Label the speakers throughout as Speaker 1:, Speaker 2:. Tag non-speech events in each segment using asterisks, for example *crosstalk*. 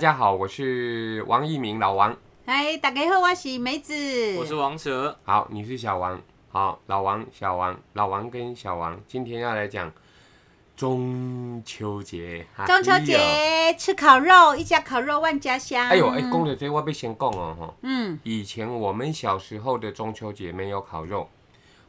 Speaker 1: 家好，我是王一鸣，老王。
Speaker 2: 嗨，哎大家好，我是梅子，
Speaker 3: 我是王蛇，
Speaker 1: 好，你是小王。好，老王、小王、老王跟小王，今天要来讲中秋节。
Speaker 2: 中秋
Speaker 1: 哎
Speaker 2: 节吃烤肉，一家烤肉万家香。
Speaker 1: 呦，哎呦，哎，讲到这，我要先讲哦，吼。
Speaker 2: 嗯，
Speaker 1: 以前我们小时候的中秋节没有烤肉，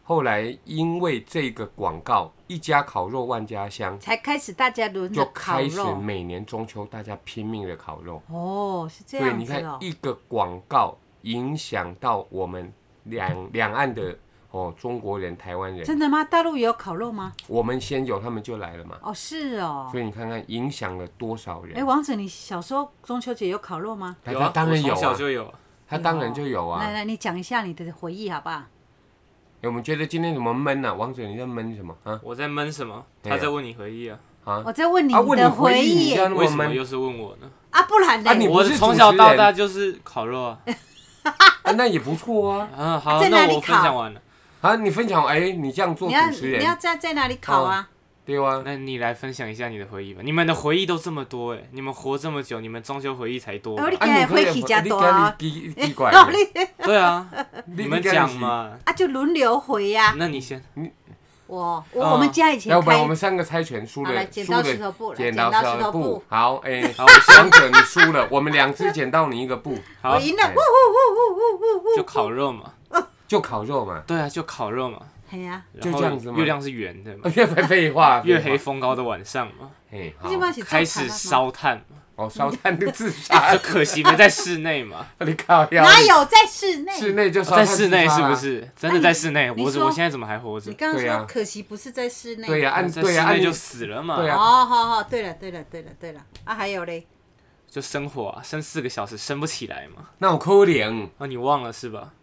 Speaker 1: 后来因为这个广告“一家烤肉万家香
Speaker 2: 才开始大家”，轮
Speaker 1: 就
Speaker 2: 着烤
Speaker 1: 开始
Speaker 2: 肉。
Speaker 1: 每年中秋大家拼命的烤肉。
Speaker 2: 哦，是这
Speaker 1: 所以
Speaker 2: 样
Speaker 1: 你
Speaker 2: 子
Speaker 1: 看
Speaker 2: 哦，。
Speaker 1: 一个广告影响到我们两两岸的哦中国人、台湾人，
Speaker 2: 真的吗？大陆也有烤肉吗？
Speaker 1: 我们先有，他们就来了嘛。
Speaker 2: 哦，是哦。
Speaker 1: 所以你看看影响了多少
Speaker 2: 哎，
Speaker 1: 人？
Speaker 2: 王子，你小时候中秋节有烤肉吗？
Speaker 1: 他
Speaker 3: 有
Speaker 1: 他
Speaker 3: 啊，
Speaker 1: 当然有
Speaker 3: 我从小
Speaker 1: 啊，
Speaker 3: 就有。
Speaker 1: 他当
Speaker 2: 哦
Speaker 1: 然就有
Speaker 2: 来
Speaker 1: 啊。
Speaker 2: 来，你讲一下你的回忆好不好？
Speaker 1: 哎我们觉得今天怎么闷呢？王者你在闷什么啊
Speaker 3: 我在闷什么？
Speaker 1: 对啊
Speaker 3: 他在问你回忆啊？
Speaker 1: 啊？
Speaker 2: 我在问你
Speaker 1: 啊，问你
Speaker 2: 的
Speaker 1: 回忆，你
Speaker 2: 忆
Speaker 1: 在那么
Speaker 3: 为什么
Speaker 1: 闷
Speaker 3: 又是问我呢？
Speaker 2: 啊，不然呢
Speaker 1: 啊？你不
Speaker 3: 我
Speaker 1: 是主持人
Speaker 3: 从小到大就是烤肉啊。
Speaker 1: 啊？那也不错啊
Speaker 2: *laughs*
Speaker 3: 啊，好，
Speaker 2: 在哪
Speaker 3: 那
Speaker 2: 里
Speaker 3: 我分享完了，
Speaker 1: 啊！你分享哎，你这样做
Speaker 2: 你
Speaker 1: 主
Speaker 2: 要
Speaker 1: 持
Speaker 2: 你要
Speaker 1: 人
Speaker 2: 在在哪里烤啊？
Speaker 1: 对啊？
Speaker 3: 那你来分享一下你的回忆吧。你们的回忆都这么多哎，你们活这么久，你们中秋回忆才多吧。
Speaker 1: *laughs*
Speaker 2: 哦你
Speaker 1: 啊，你
Speaker 2: 今天
Speaker 1: 可
Speaker 2: 火气
Speaker 1: 以，
Speaker 2: 真
Speaker 1: 你
Speaker 2: 大
Speaker 1: 家
Speaker 2: 啊
Speaker 1: 你奇奇怪，
Speaker 2: *laughs* 哦，你
Speaker 3: 对啊，
Speaker 1: 你
Speaker 3: 你们讲？嘛。
Speaker 2: 啊就轮流回呀。
Speaker 3: 那你先，
Speaker 2: 我
Speaker 3: 哦
Speaker 2: 我我们家以
Speaker 1: 你嗯要
Speaker 2: 前
Speaker 1: 不然
Speaker 2: 开
Speaker 1: 我们三个猜拳，输
Speaker 2: 好
Speaker 1: 的
Speaker 2: 来
Speaker 1: 输
Speaker 2: 剪刀
Speaker 1: 的
Speaker 2: 石头布来
Speaker 1: 剪
Speaker 2: 剪
Speaker 1: 刀
Speaker 2: 刀
Speaker 1: 石
Speaker 2: 石
Speaker 1: 头
Speaker 2: 头
Speaker 1: 布
Speaker 2: 布。
Speaker 1: 好，哎、
Speaker 2: *laughs*
Speaker 3: 好，我先
Speaker 1: 王者你输了，我们两只剪刀，你一个布，
Speaker 3: 好啊
Speaker 2: 我，赢了，
Speaker 1: 哎
Speaker 2: 呜呜呜呜呜呜！
Speaker 3: 就烤肉嘛。
Speaker 1: 就烤肉嘛。 *laughs*
Speaker 3: 对啊，就烤肉嘛。
Speaker 2: 哎呀，
Speaker 3: 然后
Speaker 1: 就这样子吗哎
Speaker 3: 月亮是圆的嘛，
Speaker 1: 越废废
Speaker 3: *laughs*
Speaker 1: 话，
Speaker 3: 月黑风高的晚上嘛，
Speaker 1: 嘿，好
Speaker 2: 你，这帮是
Speaker 3: 开始
Speaker 2: 烧
Speaker 3: 烧炭嘛。
Speaker 1: 哦，烧炭就自
Speaker 2: *laughs*
Speaker 1: 杀
Speaker 3: 就，可惜没在室内嘛。
Speaker 1: 你靠
Speaker 2: 炭
Speaker 1: 呀
Speaker 2: 吗，？哪有在室内？
Speaker 1: 室内就烧
Speaker 3: 在
Speaker 1: 炭
Speaker 3: 室内
Speaker 1: 自
Speaker 3: 是
Speaker 1: 杀啊
Speaker 3: 不？是？真的在室内，
Speaker 2: 你
Speaker 3: 我怎
Speaker 2: 说
Speaker 3: 我现在怎么还活着
Speaker 2: 你？刚刚
Speaker 1: 对啊
Speaker 2: 说可惜不是在室内。
Speaker 1: 对呀、按
Speaker 3: 在
Speaker 1: 对
Speaker 2: 啊
Speaker 3: 室
Speaker 1: 呀、按
Speaker 3: 内
Speaker 1: 你
Speaker 3: 就死了嘛。
Speaker 1: 对啊
Speaker 2: 哦，好好，对了，对了，对了，对了。啊，还有嘞，
Speaker 3: 就生火啊，生四个小时生不起来嘛。
Speaker 1: 那我扣脸，
Speaker 3: 哦，你忘了是吧？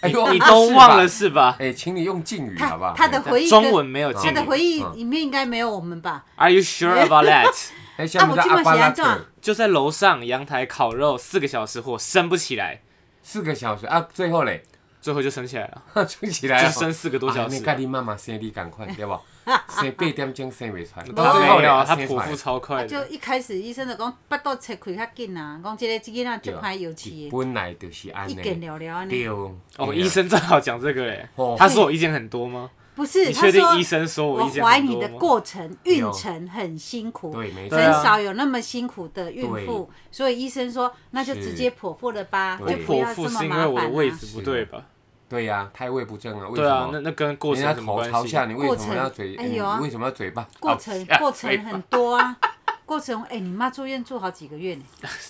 Speaker 1: 哎呦，
Speaker 3: 你都忘了
Speaker 1: 是吧？
Speaker 3: 是吧？
Speaker 1: 哎、请你用敬语好不好？
Speaker 2: 他他的回忆跟
Speaker 3: 中文嗯没有
Speaker 2: 他
Speaker 3: 进
Speaker 2: 的
Speaker 3: 入。
Speaker 2: 回忆里面应该没有我们吧？
Speaker 3: Are you sure about
Speaker 2: *laughs*
Speaker 3: that？
Speaker 1: 哎，下面是
Speaker 2: 啊我今
Speaker 1: 阿
Speaker 2: 晚
Speaker 1: 巴拉
Speaker 2: 是安
Speaker 1: 特
Speaker 2: 怎，
Speaker 3: 就在楼上阳台烤肉，四个小时火生不起来，
Speaker 1: 四个小时啊，最后嘞，
Speaker 3: 最后就生起来 *laughs* 了，
Speaker 1: 吹起来
Speaker 3: 就
Speaker 1: 了。
Speaker 3: 生四个多小
Speaker 1: 啊
Speaker 3: 时
Speaker 1: 你。跟你妈妈生你赶快，对
Speaker 3: *laughs*
Speaker 1: 不？生八点钟生未出来，
Speaker 3: 到
Speaker 1: 最
Speaker 3: 最
Speaker 1: 后
Speaker 3: 后
Speaker 1: 嘞
Speaker 3: 啊，他
Speaker 1: 生出
Speaker 3: 剖
Speaker 1: 来
Speaker 3: 腹超快
Speaker 2: 就
Speaker 3: 的，
Speaker 2: 一开始医生就讲巴肚切开较紧啊，讲这个这个囡仔
Speaker 1: 对
Speaker 2: 就歹有气，
Speaker 3: 啊
Speaker 1: 本来就是安
Speaker 2: 一
Speaker 1: 尼。
Speaker 2: 点聊聊
Speaker 1: 对
Speaker 2: 呢。
Speaker 3: 哦，
Speaker 1: 哦
Speaker 3: 医生正好讲这个嘞
Speaker 1: 哦，
Speaker 3: 他说我意见很多吗？
Speaker 2: 不是，
Speaker 3: 你
Speaker 2: 他
Speaker 3: 确定
Speaker 2: 说
Speaker 3: 医生说
Speaker 2: 我
Speaker 3: 意见
Speaker 2: 怀
Speaker 3: 很
Speaker 2: 你
Speaker 3: 多
Speaker 2: 的
Speaker 3: 吗？
Speaker 2: 过程孕程很辛苦，
Speaker 1: 对没错
Speaker 2: 很
Speaker 3: 啊
Speaker 2: 少有那么辛苦的孕妇，所以医生说那就是直接剖腹了吧，
Speaker 1: 对
Speaker 2: 就
Speaker 3: 我
Speaker 2: 不
Speaker 3: 剖
Speaker 2: 要
Speaker 3: 腹
Speaker 2: 这么
Speaker 3: 是因为
Speaker 2: 麻
Speaker 3: 我的
Speaker 2: 烦
Speaker 3: 位
Speaker 2: 啊。
Speaker 3: 置不对吧？
Speaker 1: 对呀、胎位不正啊，为
Speaker 3: 对啊
Speaker 1: 什，
Speaker 3: 那
Speaker 1: 么？
Speaker 3: 那跟过
Speaker 1: 人
Speaker 3: 程
Speaker 1: 家
Speaker 3: 什么
Speaker 1: 头
Speaker 3: 关
Speaker 1: 朝
Speaker 3: 系 *laughs*
Speaker 1: 下，？你为什么要嘴？嗯
Speaker 2: 过程哎呦啊
Speaker 1: 你为什么要嘴巴？
Speaker 2: 过程过程很多啊， *laughs* 过程哎、你妈住院住好几个月呢，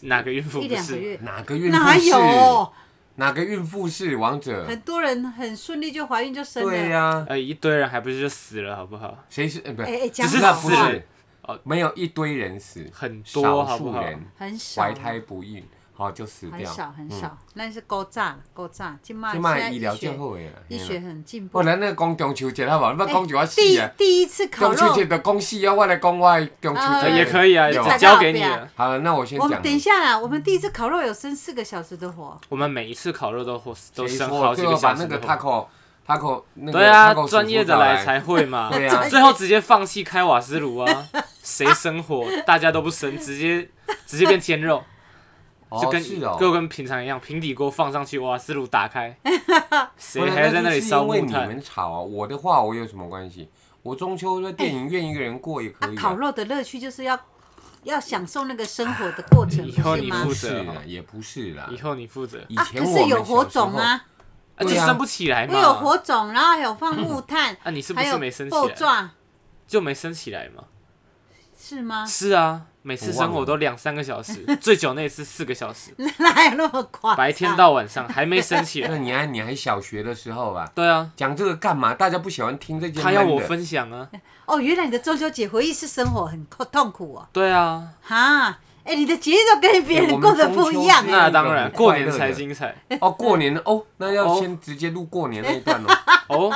Speaker 3: 哪个孕妇
Speaker 2: 一
Speaker 3: 不
Speaker 2: 两个
Speaker 3: 是？
Speaker 2: 月，
Speaker 1: 哪个孕妇
Speaker 2: 哪
Speaker 1: 是？
Speaker 2: 有？
Speaker 1: 哪个孕妇是王者？
Speaker 2: 很多人很顺利就怀孕就生了，
Speaker 1: 对呀、
Speaker 3: 呃，一堆人还不是就死了，好不好？
Speaker 1: 谁是？呃，不
Speaker 2: 哎哎
Speaker 1: 是，
Speaker 2: 讲
Speaker 3: 好
Speaker 1: 那不
Speaker 3: 话
Speaker 1: 是
Speaker 3: 哦，
Speaker 1: 没有一堆人死，
Speaker 3: 很多，
Speaker 1: 少
Speaker 3: 好不
Speaker 1: 数
Speaker 3: 好？
Speaker 1: 人
Speaker 2: 很少啊
Speaker 1: 怀胎嗯不孕，好就死
Speaker 2: 很
Speaker 1: 掉。
Speaker 2: 少很少，那是高炸了高炸，今嘛
Speaker 1: 现
Speaker 2: 啊现
Speaker 1: 在
Speaker 2: 在
Speaker 1: 医
Speaker 2: 医
Speaker 1: 疗最
Speaker 2: 学
Speaker 1: 好哎诶啦。
Speaker 2: 医
Speaker 1: 嘿
Speaker 2: 学
Speaker 1: 啦。
Speaker 2: 很进步
Speaker 1: 我。咱那讲中秋节好不好？你要讲就我死
Speaker 2: 第
Speaker 1: 啊！
Speaker 2: 第一次烤
Speaker 1: 中秋
Speaker 2: 肉
Speaker 1: 节，就讲死啊，我来讲我的中秋
Speaker 2: 啊
Speaker 1: 节
Speaker 3: 呃也可以啊，
Speaker 2: 你
Speaker 1: 对吧
Speaker 2: 踩
Speaker 3: 交
Speaker 2: 到
Speaker 3: 给你
Speaker 2: 边啊
Speaker 3: 了。
Speaker 1: 好了，那我先
Speaker 2: 我
Speaker 1: 讲
Speaker 2: 们。等一下啦，我们第一次烤肉有生四个小时的火，
Speaker 3: 我们每一次烤肉都都
Speaker 1: 谁
Speaker 3: 生
Speaker 1: 说
Speaker 3: 好几
Speaker 1: 最
Speaker 3: 个
Speaker 1: 后把
Speaker 3: 小
Speaker 1: 那
Speaker 3: 时
Speaker 1: 个
Speaker 3: 的火。
Speaker 1: taco taco 那个
Speaker 3: 对啊
Speaker 1: taco，
Speaker 3: 专业的来
Speaker 1: 来
Speaker 3: 才会嘛。
Speaker 1: 对啊
Speaker 3: 最后直接放弃开瓦斯炉啊， *laughs* 谁生火，大家都不生，直接直接变煎肉，
Speaker 1: *laughs* 哦
Speaker 3: 就跟
Speaker 1: 是哦，
Speaker 3: 就跟平常一样，平底锅放上去，瓦斯炉
Speaker 1: *laughs*
Speaker 3: 打开，谁
Speaker 1: 我
Speaker 3: 还在那里烧木
Speaker 1: 因为你
Speaker 3: 炭？
Speaker 1: 们吵啊，我的话我有什么关系？我中秋在电影院一个人过也
Speaker 2: 啊
Speaker 1: 可以、，
Speaker 2: 烤肉的乐趣就是要要享受那个生活的过
Speaker 1: 哎
Speaker 2: 程，
Speaker 3: 以
Speaker 2: 不
Speaker 3: 后
Speaker 2: 是
Speaker 3: 你
Speaker 2: 吗
Speaker 1: 不
Speaker 3: 负？
Speaker 1: 是
Speaker 3: 责
Speaker 1: 啦，也不是啦
Speaker 3: 啊以。后你负责，
Speaker 1: 以
Speaker 2: 啊，
Speaker 1: 前
Speaker 2: 可
Speaker 1: 我
Speaker 2: 是
Speaker 1: 们
Speaker 2: 有
Speaker 1: 小
Speaker 2: 火
Speaker 1: 时候
Speaker 2: 种，啊，
Speaker 3: 啊，就
Speaker 1: 对啊
Speaker 3: 生不起来
Speaker 2: 我
Speaker 3: 嘛。
Speaker 2: 有火种，然后还有放木炭，
Speaker 3: 啊，你是不
Speaker 2: 还
Speaker 3: 是
Speaker 2: 有
Speaker 3: 没升起
Speaker 2: 爆
Speaker 3: 来？
Speaker 2: 炸，
Speaker 3: 就没升起来嘛？
Speaker 2: 是
Speaker 3: *laughs*
Speaker 2: 吗？
Speaker 3: 是啊，每次生活都两三个小 *laughs* 时，最久那一次四个小时，
Speaker 2: 哪有那么夸张？
Speaker 3: 白天到晚上还没升起
Speaker 1: 那
Speaker 3: *laughs* 来。
Speaker 1: 你还你还小学的时候吧，
Speaker 3: 对啊，
Speaker 1: 讲这个干嘛？大家不喜欢听这件
Speaker 3: 他要
Speaker 1: 闷
Speaker 3: 我
Speaker 1: 的
Speaker 3: 分享啊。
Speaker 2: 哦，原来你的中秋节回忆是生活很痛苦哦，
Speaker 3: 对啊，
Speaker 2: 哈，哎，你的节日都跟别
Speaker 1: 哎我们
Speaker 2: 人过得不一样
Speaker 1: 中秋
Speaker 2: 哎
Speaker 3: 那当然，
Speaker 1: 快乐的
Speaker 3: 过年才精彩
Speaker 1: 哦，过年哦，那要
Speaker 3: 哦
Speaker 1: 先直接录过年那一
Speaker 3: *laughs*
Speaker 1: 段哦。
Speaker 3: 哦，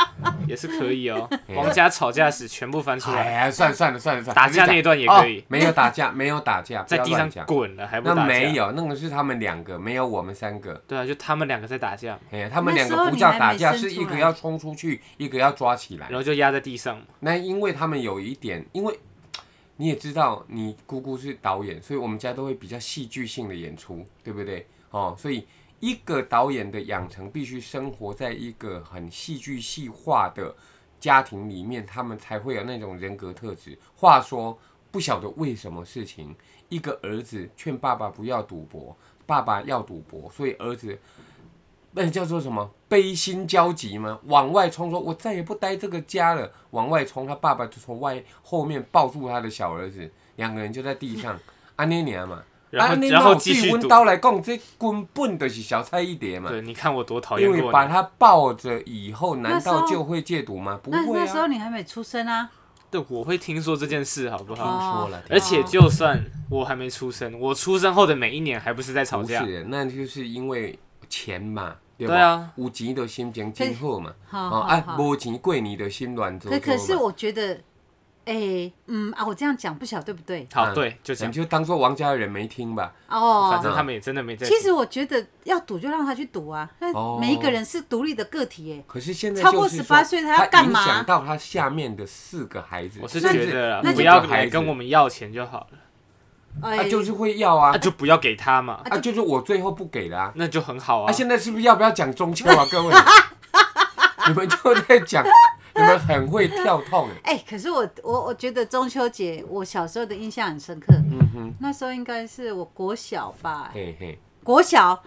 Speaker 3: 也是可以哦。
Speaker 1: *laughs* 哎
Speaker 3: 王家吵架时全部翻出
Speaker 1: 哎
Speaker 3: 来，
Speaker 1: 呀，算了算了算了算了，
Speaker 3: 打架
Speaker 1: 还是讲
Speaker 3: 那一段也可以
Speaker 1: 哦没有打架，没有打架，不
Speaker 3: 在
Speaker 1: 要
Speaker 3: 地
Speaker 1: 乱
Speaker 3: 上
Speaker 1: 讲。
Speaker 3: 滚了还不
Speaker 1: 那
Speaker 3: 打
Speaker 1: 没
Speaker 3: 架。
Speaker 1: 有，那个是他们两个，没有我们三个。
Speaker 3: 对啊，就他们两个在打架嘛，
Speaker 1: 哎呀，他们两
Speaker 2: 那时
Speaker 1: 个
Speaker 2: 候
Speaker 1: 不
Speaker 2: 你
Speaker 1: 叫
Speaker 2: 还
Speaker 1: 打
Speaker 2: 没
Speaker 1: 架，
Speaker 2: 生
Speaker 1: 是一
Speaker 2: 出
Speaker 1: 个
Speaker 2: 来
Speaker 1: 要冲出去，一个要抓起来
Speaker 3: 然。后就压在地上嘛。
Speaker 1: 那因为他们有一点，因为你也知道，你姑姑是导演，所以我们家都会比较戏剧性的演出，对不对？哦，所以一个导演的养成必须生活在一个很戏剧细化的家庭里面，他们才会有那种人格特质。话说，不晓得为什么事情，一个儿子劝爸爸不要赌博，爸爸要赌博，所以儿子。那叫做什么悲心交集吗？往外冲说，我再也不待这个家了。往外冲，他爸爸就从外后面抱住他的小儿子，两个人就在地上。安妮尼嘛，
Speaker 3: 然后
Speaker 1: 啊你
Speaker 3: 然后
Speaker 1: 若
Speaker 3: 继
Speaker 1: 对
Speaker 3: 续
Speaker 1: 阮
Speaker 3: 赌
Speaker 1: 兜来讲，这根本就是小菜一碟嘛。
Speaker 3: 对，你看我多讨厌
Speaker 1: 因
Speaker 3: 过
Speaker 1: 为把
Speaker 3: 你。
Speaker 1: 他抱着以后，
Speaker 2: 那
Speaker 1: 难
Speaker 2: 时候
Speaker 1: 道就会戒赌吗？不
Speaker 2: 那
Speaker 1: 会
Speaker 2: 那时候
Speaker 1: 啊。
Speaker 2: 你还没出生啊，
Speaker 3: 对，我会听说这件事，好不好？
Speaker 2: 哦
Speaker 1: 说了，
Speaker 3: 而且就算我还没出生，我出生后的每一年还不是在吵
Speaker 1: 不
Speaker 3: 架？
Speaker 1: 是，那就是因为钱嘛，对吧？
Speaker 3: 对啊，
Speaker 1: 有钱的心情真好嘛。
Speaker 2: 好
Speaker 1: 哦
Speaker 2: 好
Speaker 1: 啊，
Speaker 2: 好
Speaker 1: 无钱过年的心乱糟糟
Speaker 2: 可
Speaker 1: 嘛。
Speaker 2: 可是我觉得，哎、嗯啊，我这样讲不晓得对不对？
Speaker 3: 好，
Speaker 1: 嗯
Speaker 3: 对，就这
Speaker 1: 你
Speaker 3: 样。
Speaker 1: 就当做王家的人没听吧。
Speaker 3: 反
Speaker 2: 哦，
Speaker 3: 正他们也真的没在。
Speaker 2: 其实我觉得要赌就让他去赌啊，但
Speaker 1: 哦
Speaker 2: 每一个人是独立的个体、欸耶。
Speaker 1: 可是现在
Speaker 2: 超过
Speaker 1: 就是说
Speaker 2: 18岁他要干嘛
Speaker 1: 影响到他下面的四个孩子，
Speaker 3: 我是
Speaker 1: 甚
Speaker 3: 觉
Speaker 1: 至
Speaker 3: 得
Speaker 1: 五
Speaker 3: 啦，不
Speaker 1: 个
Speaker 3: 要
Speaker 1: 孩
Speaker 3: 来
Speaker 1: 子
Speaker 3: 跟我，们要钱就好了，
Speaker 2: 哎、
Speaker 1: 啊，就是会要啊
Speaker 3: 那，就不要给他嘛，
Speaker 1: 啊，就是我最后不给了啊。
Speaker 3: 那就很好
Speaker 1: 啊，
Speaker 3: 啊。
Speaker 1: 现在是不是要不要讲中秋啊，各
Speaker 2: *laughs*
Speaker 1: 位？你们就在讲，你们很会跳痛。
Speaker 2: 哎、可是我我我觉得中秋节，我小时候的印象很深刻。
Speaker 1: 嗯哼，
Speaker 2: 那时候应该是我国小吧，
Speaker 1: 嘿嘿，
Speaker 2: 国小。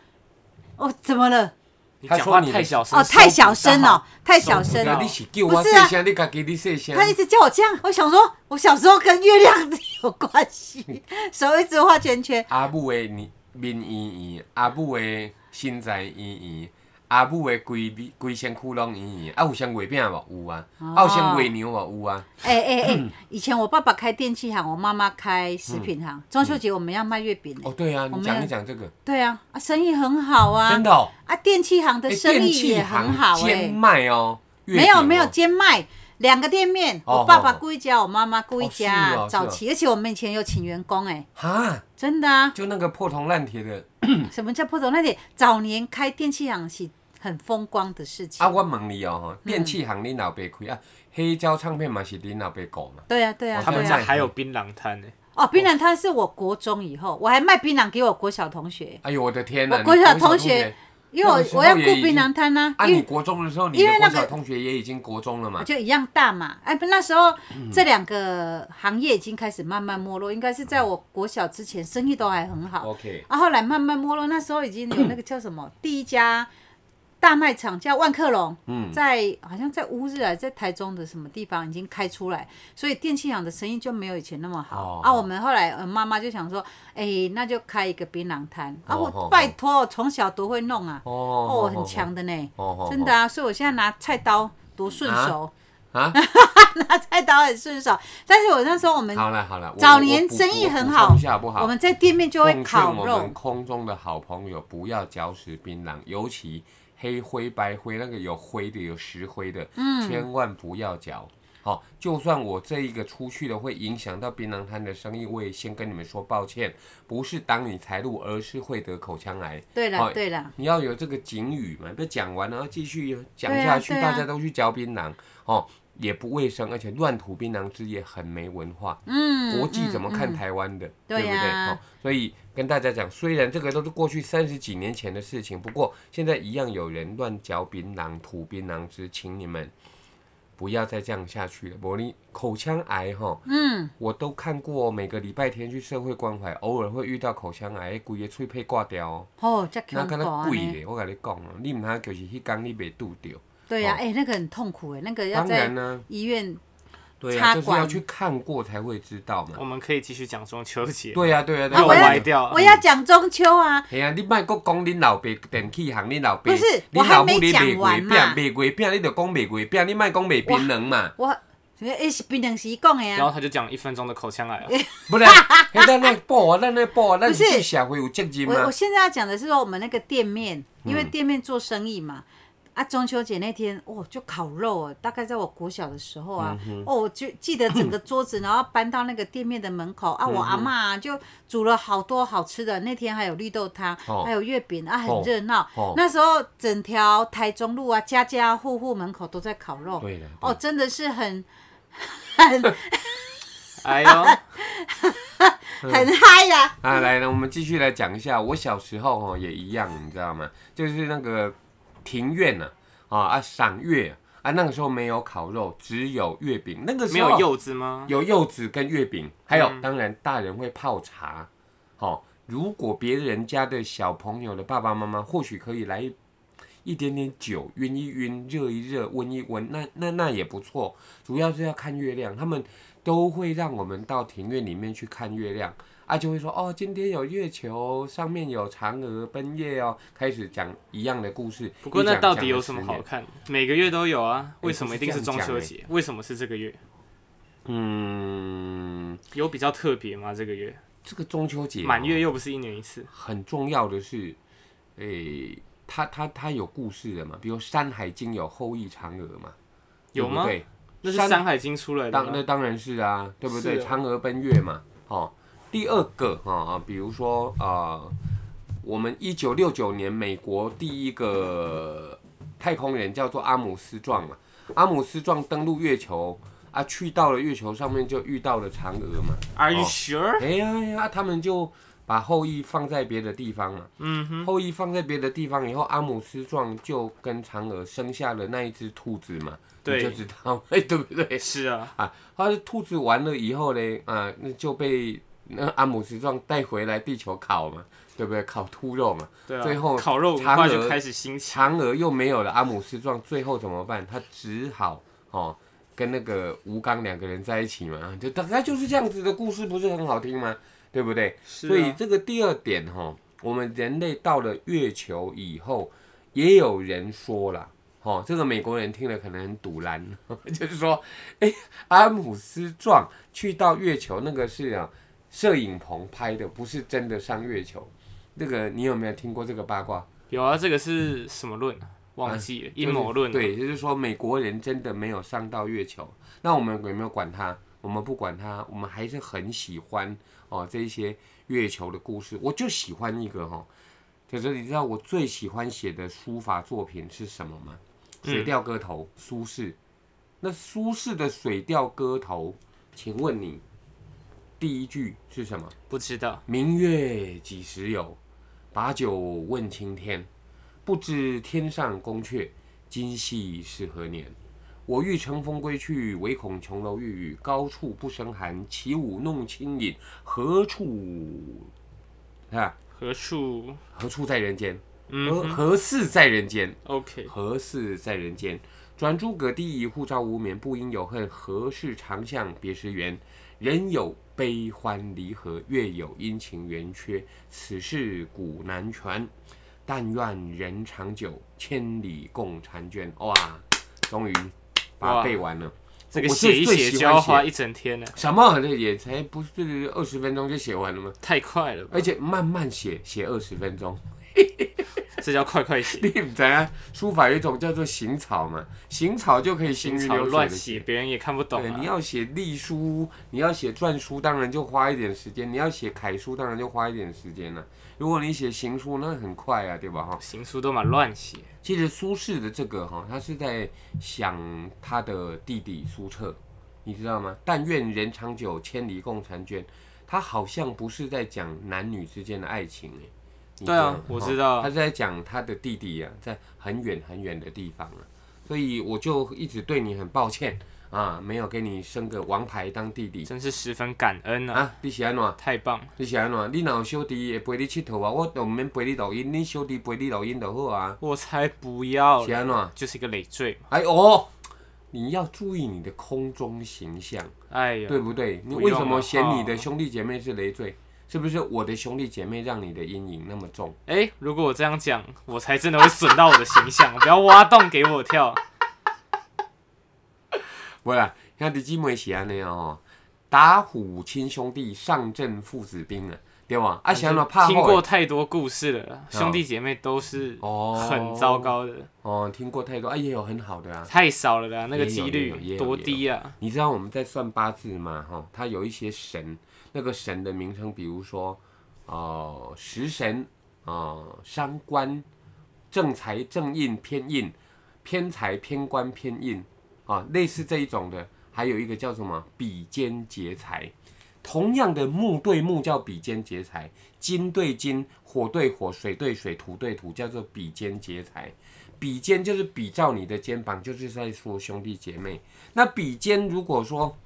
Speaker 2: 哦，怎么了？
Speaker 3: 你
Speaker 1: 他
Speaker 3: 讲
Speaker 1: 说
Speaker 3: 话
Speaker 1: 你的
Speaker 3: 太小声
Speaker 2: 哦，太小声了，，太小
Speaker 3: 真
Speaker 2: 声
Speaker 3: 的
Speaker 1: 那
Speaker 2: 了
Speaker 3: 手。
Speaker 1: 你是叫我
Speaker 2: 不是
Speaker 1: 这
Speaker 2: 啊
Speaker 1: 声，你敢给你这声
Speaker 2: 他？一直叫我这样，我想说，我小时候跟月亮有关系，手一直画圈圈。
Speaker 1: 阿母的面面圆圆，阿母的身材圆圆，阿母的规规身躯拢圆圆。啊，有像月饼无？有啊。
Speaker 2: 哦
Speaker 1: 啊，有像月娘无？有啊。
Speaker 2: 哎哎哎，以前我爸爸开电器行，我妈妈开食品行。中秋节我们要卖月饼、
Speaker 1: 嗯哦，对啊，
Speaker 2: 我
Speaker 1: 你
Speaker 2: 们
Speaker 1: 讲
Speaker 2: 要
Speaker 1: 一讲这个，
Speaker 2: 对啊，啊，生意很好啊。
Speaker 1: 真的哦，
Speaker 2: 啊，电器行的
Speaker 1: 诶
Speaker 2: 生
Speaker 1: 电
Speaker 2: 意
Speaker 1: 器
Speaker 2: 也
Speaker 1: 行
Speaker 2: 很好哎、
Speaker 1: 兼卖哦，月
Speaker 2: 没有
Speaker 1: 饼哦
Speaker 2: 没有兼卖，两个店面，
Speaker 1: 哦
Speaker 2: 我爸爸
Speaker 1: 哦哦
Speaker 2: 雇一家，我妈妈雇一
Speaker 1: 哦是
Speaker 2: 家，
Speaker 1: 哦是哦
Speaker 2: 早期，而且我们以前有请员工哎、
Speaker 1: 哈，
Speaker 2: 真的啊。
Speaker 1: 就那个破铜烂铁的
Speaker 2: 什么叫破头？那点早年开电器行是很风光的事情。
Speaker 1: 啊，我问你哦，吼电器行恁老爸开啊，黑胶唱片嘛是恁老爸搞嘛，
Speaker 2: 对啊，对啊，
Speaker 1: 哦
Speaker 3: 他们
Speaker 2: 对
Speaker 3: 家
Speaker 2: 啊。
Speaker 3: 还有槟榔摊呢。
Speaker 2: 哦，槟榔摊是我国中以后，我还卖槟榔给我国小同学，
Speaker 1: 哎呦我的天呐，
Speaker 2: 我
Speaker 1: 你
Speaker 2: 国小同学
Speaker 1: 学，
Speaker 2: 因为我
Speaker 1: 那个时候
Speaker 2: 我要
Speaker 1: 也
Speaker 2: 雇
Speaker 1: 已
Speaker 2: 槟
Speaker 1: 经
Speaker 2: 榔摊呐、
Speaker 1: 啊，
Speaker 2: 因
Speaker 1: 你啊
Speaker 2: 为
Speaker 1: 国中的时候，你
Speaker 2: 因
Speaker 1: 的
Speaker 2: 为
Speaker 1: 国
Speaker 2: 那
Speaker 1: 小
Speaker 2: 个
Speaker 1: 同学也已经国中了嘛，
Speaker 2: 就一样大嘛。哎，不那时候
Speaker 1: 嗯
Speaker 2: 这两个行业已经开始慢慢没落，应该是在我国小之前，生意都还很好。
Speaker 1: OK，
Speaker 2: 啊，后来慢慢没落，那时候已经有那个叫什
Speaker 1: *coughs*
Speaker 2: 么第一家大卖场叫万客隆，
Speaker 1: 嗯
Speaker 2: 在好像在乌日啊，在台中的什么地方已经开出来，所以电器行的生意就没有以前那么好。
Speaker 1: 哦
Speaker 2: 啊，我们后来呃妈妈就想说，哎、那就开一个槟榔摊。啊，
Speaker 1: 哦
Speaker 2: 我、
Speaker 1: 哦哦
Speaker 2: 拜托，我从小多会弄啊，
Speaker 1: 哦
Speaker 2: 哦，
Speaker 1: 哦
Speaker 2: 很强的呢，
Speaker 1: 哦
Speaker 2: 真的啊，所以我现在拿菜刀多顺手，
Speaker 1: 啊，
Speaker 2: 拿 *laughs* 菜刀很顺手。但是我那时候我们
Speaker 1: 好了好了，我
Speaker 2: 早
Speaker 1: 我
Speaker 2: 年
Speaker 1: 我补
Speaker 2: 生意
Speaker 1: 我
Speaker 2: 很
Speaker 1: 补
Speaker 2: 好
Speaker 1: 充一下好不好？
Speaker 2: 我们在店面就会
Speaker 1: 奉劝
Speaker 2: 烤
Speaker 1: 我
Speaker 2: 肉
Speaker 1: 们，空中的好朋友不要嚼食槟榔，尤其黑灰、白灰那个有灰的、有石灰的，
Speaker 2: 嗯
Speaker 1: 千万不要嚼。好、就算我这一个出去了，会影响到槟榔摊的生意，我也先跟你们说抱歉，不是挡你财路，而是会得口腔癌。
Speaker 2: 对
Speaker 1: 好
Speaker 2: 了对了，
Speaker 1: 你要有这个警语嘛，不要讲完然后继续讲
Speaker 2: 对啊
Speaker 1: 下去，
Speaker 2: 对啊
Speaker 1: 大家都去嚼槟榔哦，也不卫生，而且乱吐槟榔汁也很没文化。
Speaker 2: 嗯，
Speaker 1: 国际怎么看
Speaker 2: 嗯嗯
Speaker 1: 台湾的，
Speaker 2: 对
Speaker 1: 不
Speaker 2: 呀
Speaker 1: 对？哦，所以跟大家讲，虽然这个都是过去三十几年前的事情，不过现在一样有人乱嚼槟榔、吐槟榔汁，请你们不要再这样下去了。我你口腔癌哈、哦，
Speaker 2: 嗯，
Speaker 1: 我都看过、每个礼拜天去社会关怀，偶尔会遇到口腔癌，规个喙配挂掉哦，
Speaker 2: 哦，这
Speaker 1: 那
Speaker 2: 恐
Speaker 1: 敢
Speaker 2: 怖
Speaker 1: 若
Speaker 2: 啊
Speaker 1: 贵咧，我跟你讲哦，你唔通就是迄天你袂拄着，
Speaker 2: 对呀、
Speaker 1: 哦
Speaker 2: 哎、那个很痛苦哎、那个要
Speaker 1: 当然
Speaker 2: 在
Speaker 1: 啦、
Speaker 2: 医院，
Speaker 1: 对呀、
Speaker 2: 插
Speaker 1: 就是
Speaker 2: 管
Speaker 1: 要去看过才会知道嘛
Speaker 3: 我。们可以继续讲中秋节，
Speaker 1: 对呀、对呀、对
Speaker 2: 啊
Speaker 1: 呀、
Speaker 3: 又
Speaker 2: 我要
Speaker 3: 歪掉
Speaker 2: 我。要讲中秋啊，
Speaker 1: 嘿啊，你莫阁讲恁老爸电器行，恁老爸
Speaker 2: 不是
Speaker 1: 恁
Speaker 2: 我还
Speaker 1: 老
Speaker 2: 没
Speaker 1: 母咧卖
Speaker 2: 讲完
Speaker 1: 月饼，
Speaker 2: 嘛
Speaker 1: 卖月饼，你着讲卖月饼，你莫讲卖槟榔
Speaker 2: *laughs*
Speaker 1: 嘛，
Speaker 2: 我哎、是槟榔时讲的
Speaker 3: 然后
Speaker 2: 啊，
Speaker 3: 他就讲一分钟的口腔癌啊，
Speaker 1: 不然，迄咱来报啊，咱来报啊，咱
Speaker 2: 不是
Speaker 1: 对社会有责任
Speaker 2: 我
Speaker 1: 啊
Speaker 2: 我。现在要讲的是说我们那个店面，
Speaker 1: 嗯
Speaker 2: 因为店面做生意嘛。啊，中秋节那天，哦，就烤肉哦，大概在我国小的时候
Speaker 1: 嗯
Speaker 2: 啊，哦，我就记得整个桌子，然后搬到那个店面的门口啊，我阿
Speaker 1: 嗯
Speaker 2: 妈、啊、就煮了好多好吃的，那天还有绿豆汤，
Speaker 1: 哦
Speaker 2: 还有月饼啊，很
Speaker 1: 哦
Speaker 2: 热闹。
Speaker 1: 哦
Speaker 2: 那时候整条台中路啊，家家哦户户门口都在烤肉，
Speaker 1: *laughs* 对了，
Speaker 2: 哦，真的是很很
Speaker 3: 哎 *laughs* 呦，
Speaker 2: 很嗨啦。
Speaker 1: 啊，来了，我们继续来讲一下。我小时候哦也一样，你知道吗？就是那个庭院呐、啊，啊啊赏月啊啊，那个时候没有烤肉，只有月饼。那个时
Speaker 3: 没
Speaker 1: 候
Speaker 3: 有柚子吗？
Speaker 1: 有柚子跟月饼，还
Speaker 3: 嗯
Speaker 1: 有、当然大人会泡茶。哦，如果别人家的小朋友的爸爸妈妈，或许可以来一一点点酒，晕一晕，热一热，温一温，那那那也不错。主要是要看月亮，他们都会让我们到庭院里面去看月亮。啊，就会说哦，今天有月球，上面有嫦娥奔月哦，开始讲一样的故事。
Speaker 3: 不过
Speaker 1: 一
Speaker 3: 那
Speaker 1: 讲
Speaker 3: 到
Speaker 1: 讲
Speaker 3: 底
Speaker 1: 了
Speaker 3: 有什
Speaker 1: 十
Speaker 3: 么
Speaker 1: 年
Speaker 3: 好看？每个月都有啊，
Speaker 1: 哎
Speaker 3: 为什么一定是中秋节？为什么是这个月？
Speaker 1: 嗯，
Speaker 3: 有比较特别吗？这个月
Speaker 1: 这个中秋节哦
Speaker 3: 满月又不是一年一次，
Speaker 1: 很重要的是，诶、它它它有故事的嘛，比如《山海经》有后羿嫦娥嘛，
Speaker 3: 有吗
Speaker 1: 对
Speaker 3: 那是
Speaker 1: 山
Speaker 3: 《山海经》出来
Speaker 1: 不对？
Speaker 3: 的
Speaker 1: 当
Speaker 3: 吗。
Speaker 1: 那当然是啊，对不对？
Speaker 3: 是啊
Speaker 1: 嫦娥奔月嘛，哦。第二个啊、哦，比如说呃，我们一九六九年美国第一个太空人叫做阿姆斯壮嘛，阿姆斯壮登陆月球啊，去到了月球上面就遇到了嫦娥嘛，
Speaker 3: Are you
Speaker 1: 哦
Speaker 3: sure？
Speaker 1: 哎呀哎呀，他们就把后羿放在别的地方嘛。
Speaker 3: 嗯哼，
Speaker 1: 后羿放在别的地方以后，阿姆斯壮就跟嫦娥生下了那一只兔子嘛，
Speaker 3: 对
Speaker 1: 你就知道，哎，对不对？ *laughs*
Speaker 3: 是啊，
Speaker 1: 啊，他的兔子完了以后嘞，啊，那就被那阿姆斯壮带回来地球烤嘛，对不对？烤兔肉嘛。
Speaker 3: 对啊。
Speaker 1: 最后
Speaker 3: 烤肉文
Speaker 1: 嫦娥
Speaker 3: 化就开始兴起，
Speaker 1: 嫦娥又没有了阿姆斯壮，最后怎么办？他只好哦跟那个吴刚两个人在一起嘛，就大概就是这样子的故事，不是很好听吗？对不对？
Speaker 3: 是啊
Speaker 1: 所以这个第二点哈，我们人类到了月球以后，也有人说啦，哦，这个美国人听了可能很堵然， *laughs* 就是说，哎，阿姆斯壮去到月球那个是啊，摄影棚拍的，不是真的上月球。那个你有没有听过这个八卦？
Speaker 3: 有啊，这个是什么论啊？忘记了，阴谋论
Speaker 1: 嗯
Speaker 3: 啊。
Speaker 1: 就是对，就是说美国人真的没有上到月球，那我们有没有管他？我们不管他，我们还是很喜欢哦这一些月球的故事。我就喜欢一个哈、哦，就是你知道我最喜欢写的书法作品是什么吗？《
Speaker 3: 嗯
Speaker 1: 水调歌头》苏轼。那苏轼的《水调歌头》，请问你第一句是什么？
Speaker 3: 不知道，
Speaker 1: 明月几时有？把酒问青天。不知天上宫阙，今夕是何年？我欲乘风归去，唯恐琼楼玉宇，高处不胜寒。起舞弄清影，何处啊？
Speaker 3: 何处？
Speaker 1: 何处在人间？何
Speaker 3: 嗯哼
Speaker 1: 何事在人间？
Speaker 3: ，OK，
Speaker 1: 何事在人间？转朱阁第一仪，护照无眠。不应有恨，何事长向别时圆？人有悲欢离合，月有阴晴圆缺，此事古难全。但愿人长久，千里共婵娟。哇，终于把它
Speaker 3: 哇
Speaker 1: 背完了。
Speaker 3: 这个
Speaker 1: 我最
Speaker 3: 写一
Speaker 1: 最
Speaker 3: 写
Speaker 1: 喜
Speaker 3: 就要
Speaker 1: 欢写
Speaker 3: 花一整天呢，
Speaker 1: 什么？这也才不是二十分钟就写完了吗？
Speaker 3: 太快了吧，
Speaker 1: 而且慢慢写，写二十分钟。 *laughs*
Speaker 3: 这叫快快写。
Speaker 1: 你不知道书法有一种叫做行草嘛，行草就可以行
Speaker 3: 行
Speaker 1: 云
Speaker 3: 草
Speaker 1: 流水
Speaker 3: 乱
Speaker 1: 地写
Speaker 3: 写，别人也看不懂
Speaker 1: 对，你
Speaker 3: 啊。
Speaker 1: 要写隶书，你要写篆书，当然就花一点时间；你要写楷书，当然就花一点时间了、如果你写行书，那很快啊，对吧？哈，
Speaker 3: 行书都蛮乱写，
Speaker 1: 其实苏轼的这个哈，他是在想他的弟弟苏辙，你知道吗？但愿人长久，千里共婵娟。他好像不是在讲男女之间的爱情哎、你
Speaker 3: 对啊
Speaker 1: 吗
Speaker 3: 我
Speaker 1: 哈
Speaker 3: 知道
Speaker 1: 他是在讲他的弟弟啊，在很远很远的地方啊，所以我就一直对你很抱歉啊，没有给你生个王牌当弟弟
Speaker 3: 真是十分感恩啊，
Speaker 1: 啊。你是安怎？
Speaker 3: 太棒了！
Speaker 1: 你是安怎？你若有小弟会陪你佚佗啊，我都毋免陪你录音，你小弟陪你录音就好啊。
Speaker 3: 我才不要
Speaker 1: 是
Speaker 3: 了，
Speaker 1: 安怎？
Speaker 3: 就是一个累赘嘛。
Speaker 1: 哎哦，你要注意你的空中形象，
Speaker 3: 哎呀，
Speaker 1: 对不对？你
Speaker 3: 不
Speaker 1: 为
Speaker 3: 用啊
Speaker 1: 什么
Speaker 3: 了
Speaker 1: 嫌
Speaker 3: 哈
Speaker 1: 你的兄弟姐妹是累赘？是不是我的兄弟姐妹让你的阴影那么重？
Speaker 3: 哎，如果我这样讲，我才真的会损到我的形象，啊 *laughs* 不要挖洞给我跳。啊
Speaker 1: 不啦，兄弟姊妹是安尼哦，打虎亲兄弟，上阵父子兵啊，对吧？啊，想要怕
Speaker 3: 听过
Speaker 1: 后
Speaker 3: 太多故事了，兄弟姐妹都是
Speaker 1: 哦
Speaker 3: 很糟糕的，
Speaker 1: 哦，听过太多，啊，也有很好的啊。
Speaker 3: 太少了啦，那
Speaker 1: 也
Speaker 3: 个
Speaker 1: 有
Speaker 3: 几
Speaker 1: 也有也有
Speaker 3: 率多低啊！
Speaker 1: 你知道我们在算八字吗？哈、它有一些神，那个神的名称，比如说，呃，食神，呃，伤官，正财、正印、偏印，偏财、偏官、偏印，啊，类似这一种的，还有一个叫什么比肩劫财。同样的木对木叫比肩劫财，金对金，火对火，水对水，土对土，叫做比肩劫财。比肩就是比照你的肩膀，就是在说兄弟姐妹。那比肩如果说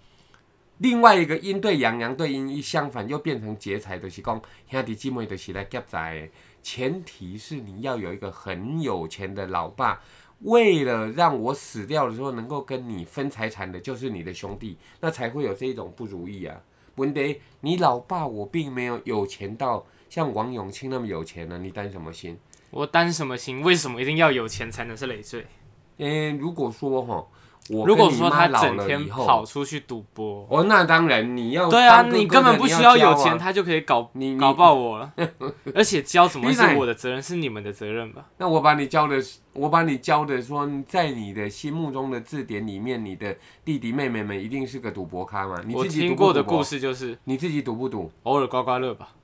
Speaker 1: 另外一个阴对阳，阳对阴，一相反又变成劫财，就是讲兄弟姐妹就是来劫财的。前提是你要有一个很有钱的老爸，为了让我死掉的时候能够跟你分财产的，就是你的兄弟，那才会有这种不如意啊。文德，你老爸我并没有有钱到像王永庆那么有钱呢、啊你担什么心？
Speaker 3: 我担什么心？为什么一定要有钱才能是累赘？
Speaker 1: 诶、如果说哈，我
Speaker 3: 如果
Speaker 1: 跟你
Speaker 3: 说
Speaker 1: 妈
Speaker 3: 他
Speaker 1: 老
Speaker 3: 整
Speaker 1: 了
Speaker 3: 天
Speaker 1: 以后
Speaker 3: 跑出去赌博，
Speaker 1: 哦，那当然你要
Speaker 3: 对啊，
Speaker 1: 当哥
Speaker 3: 你
Speaker 1: 哥
Speaker 3: 根本
Speaker 1: 的
Speaker 3: 不
Speaker 1: 你
Speaker 3: 需
Speaker 1: 教
Speaker 3: 要有
Speaker 1: 啊
Speaker 3: 钱，他就可以搞
Speaker 1: 你你
Speaker 3: 搞爆
Speaker 1: *laughs*
Speaker 3: 我了。而且教怎么会
Speaker 1: 你奶
Speaker 3: 是我的责任？是你们的责任吧？
Speaker 1: 那我把你教的，我把你教的说，在你的心目中的字典里面，你的弟弟妹妹们一定是个赌博咖嘛？你
Speaker 3: 我
Speaker 1: 自己
Speaker 3: 听
Speaker 1: 赌
Speaker 3: 过
Speaker 1: 不
Speaker 3: 的
Speaker 1: 赌
Speaker 3: 故
Speaker 1: 博？
Speaker 3: 事就是
Speaker 1: 你自己赌不赌？
Speaker 3: 偶尔刮刮乐吧。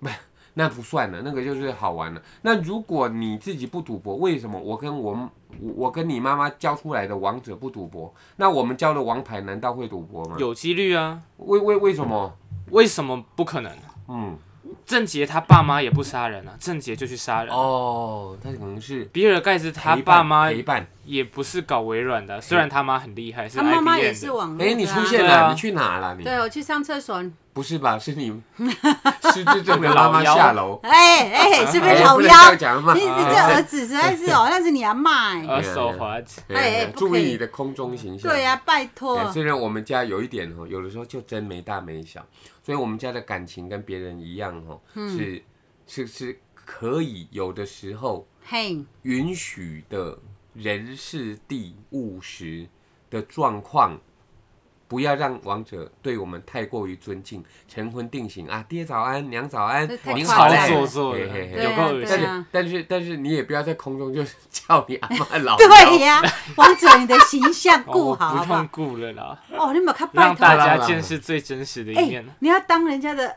Speaker 1: 那不算了，那个就是好玩了。那如果你自己不赌博，为什么我跟我们我我跟你妈妈教出来的王者不赌博？那我们教的王牌难道会赌博吗？
Speaker 3: 有几率啊，
Speaker 1: 为为为什么？
Speaker 3: 为什么不可能？
Speaker 1: 嗯，
Speaker 3: 郑杰他爸妈也不杀人啊，郑杰就去杀人。
Speaker 1: 哦，他可能是
Speaker 3: 比尔盖茨他
Speaker 1: 陪伴
Speaker 3: 爸妈
Speaker 1: 陪伴。
Speaker 3: 也不是搞微软的，虽然他妈很厉害，是
Speaker 2: 他妈妈
Speaker 3: IBM
Speaker 2: 也
Speaker 3: 的
Speaker 2: 是网络的啊、
Speaker 1: 哎，你出现
Speaker 3: 对
Speaker 1: 了，
Speaker 3: 啊
Speaker 1: 你去哪了？你
Speaker 2: 对，我去上厕所，
Speaker 1: 不是吧？是你 *laughs* 失智症的妈妈下
Speaker 2: *laughs*
Speaker 1: 楼。
Speaker 2: 哎哎，是不是
Speaker 1: 哎
Speaker 2: 老
Speaker 1: 不能
Speaker 2: 妖？
Speaker 1: 这样讲嘛
Speaker 2: 你这这
Speaker 1: *laughs*
Speaker 2: 儿子实在是哦，那是你阿妈哎。
Speaker 3: 呃手滑，
Speaker 2: 哎
Speaker 1: 哎
Speaker 2: 不可以
Speaker 1: 注意你的空中形象。哎
Speaker 2: 对呀、拜托
Speaker 1: 对，虽然我们家有一点哦，有的时候就真没大没小，所以我们家的感情跟别人一样哦，
Speaker 2: 嗯
Speaker 1: 是是是可以有的时候
Speaker 2: 嘿，
Speaker 1: 允许的人事地物时的状况，不要让王者对我们太过于尊敬，晨昏定醒啊，爹早安，娘早安
Speaker 2: 这太，
Speaker 1: 您
Speaker 2: 夸
Speaker 1: 好
Speaker 3: 操
Speaker 2: 张
Speaker 1: 嘞
Speaker 3: 哦作作的，
Speaker 1: 嘿嘿嘿
Speaker 2: 对
Speaker 3: 有
Speaker 2: 啊
Speaker 3: 够
Speaker 1: 但
Speaker 3: 恶
Speaker 2: 对
Speaker 3: 心。
Speaker 1: 是
Speaker 2: 啊
Speaker 1: 但是但是你也不要在空中就是叫你阿妈老
Speaker 2: 对呀、王者，你的形象
Speaker 3: 哦
Speaker 2: 顾
Speaker 3: 我
Speaker 2: 好好
Speaker 3: 不
Speaker 2: 不好
Speaker 3: 用？顾了啦，
Speaker 2: 哦，你们看拜
Speaker 3: 让
Speaker 2: 托，
Speaker 3: 大
Speaker 2: 哎、
Speaker 3: 家见识最真实的一
Speaker 1: 啊
Speaker 3: 面。
Speaker 2: 你要当人家的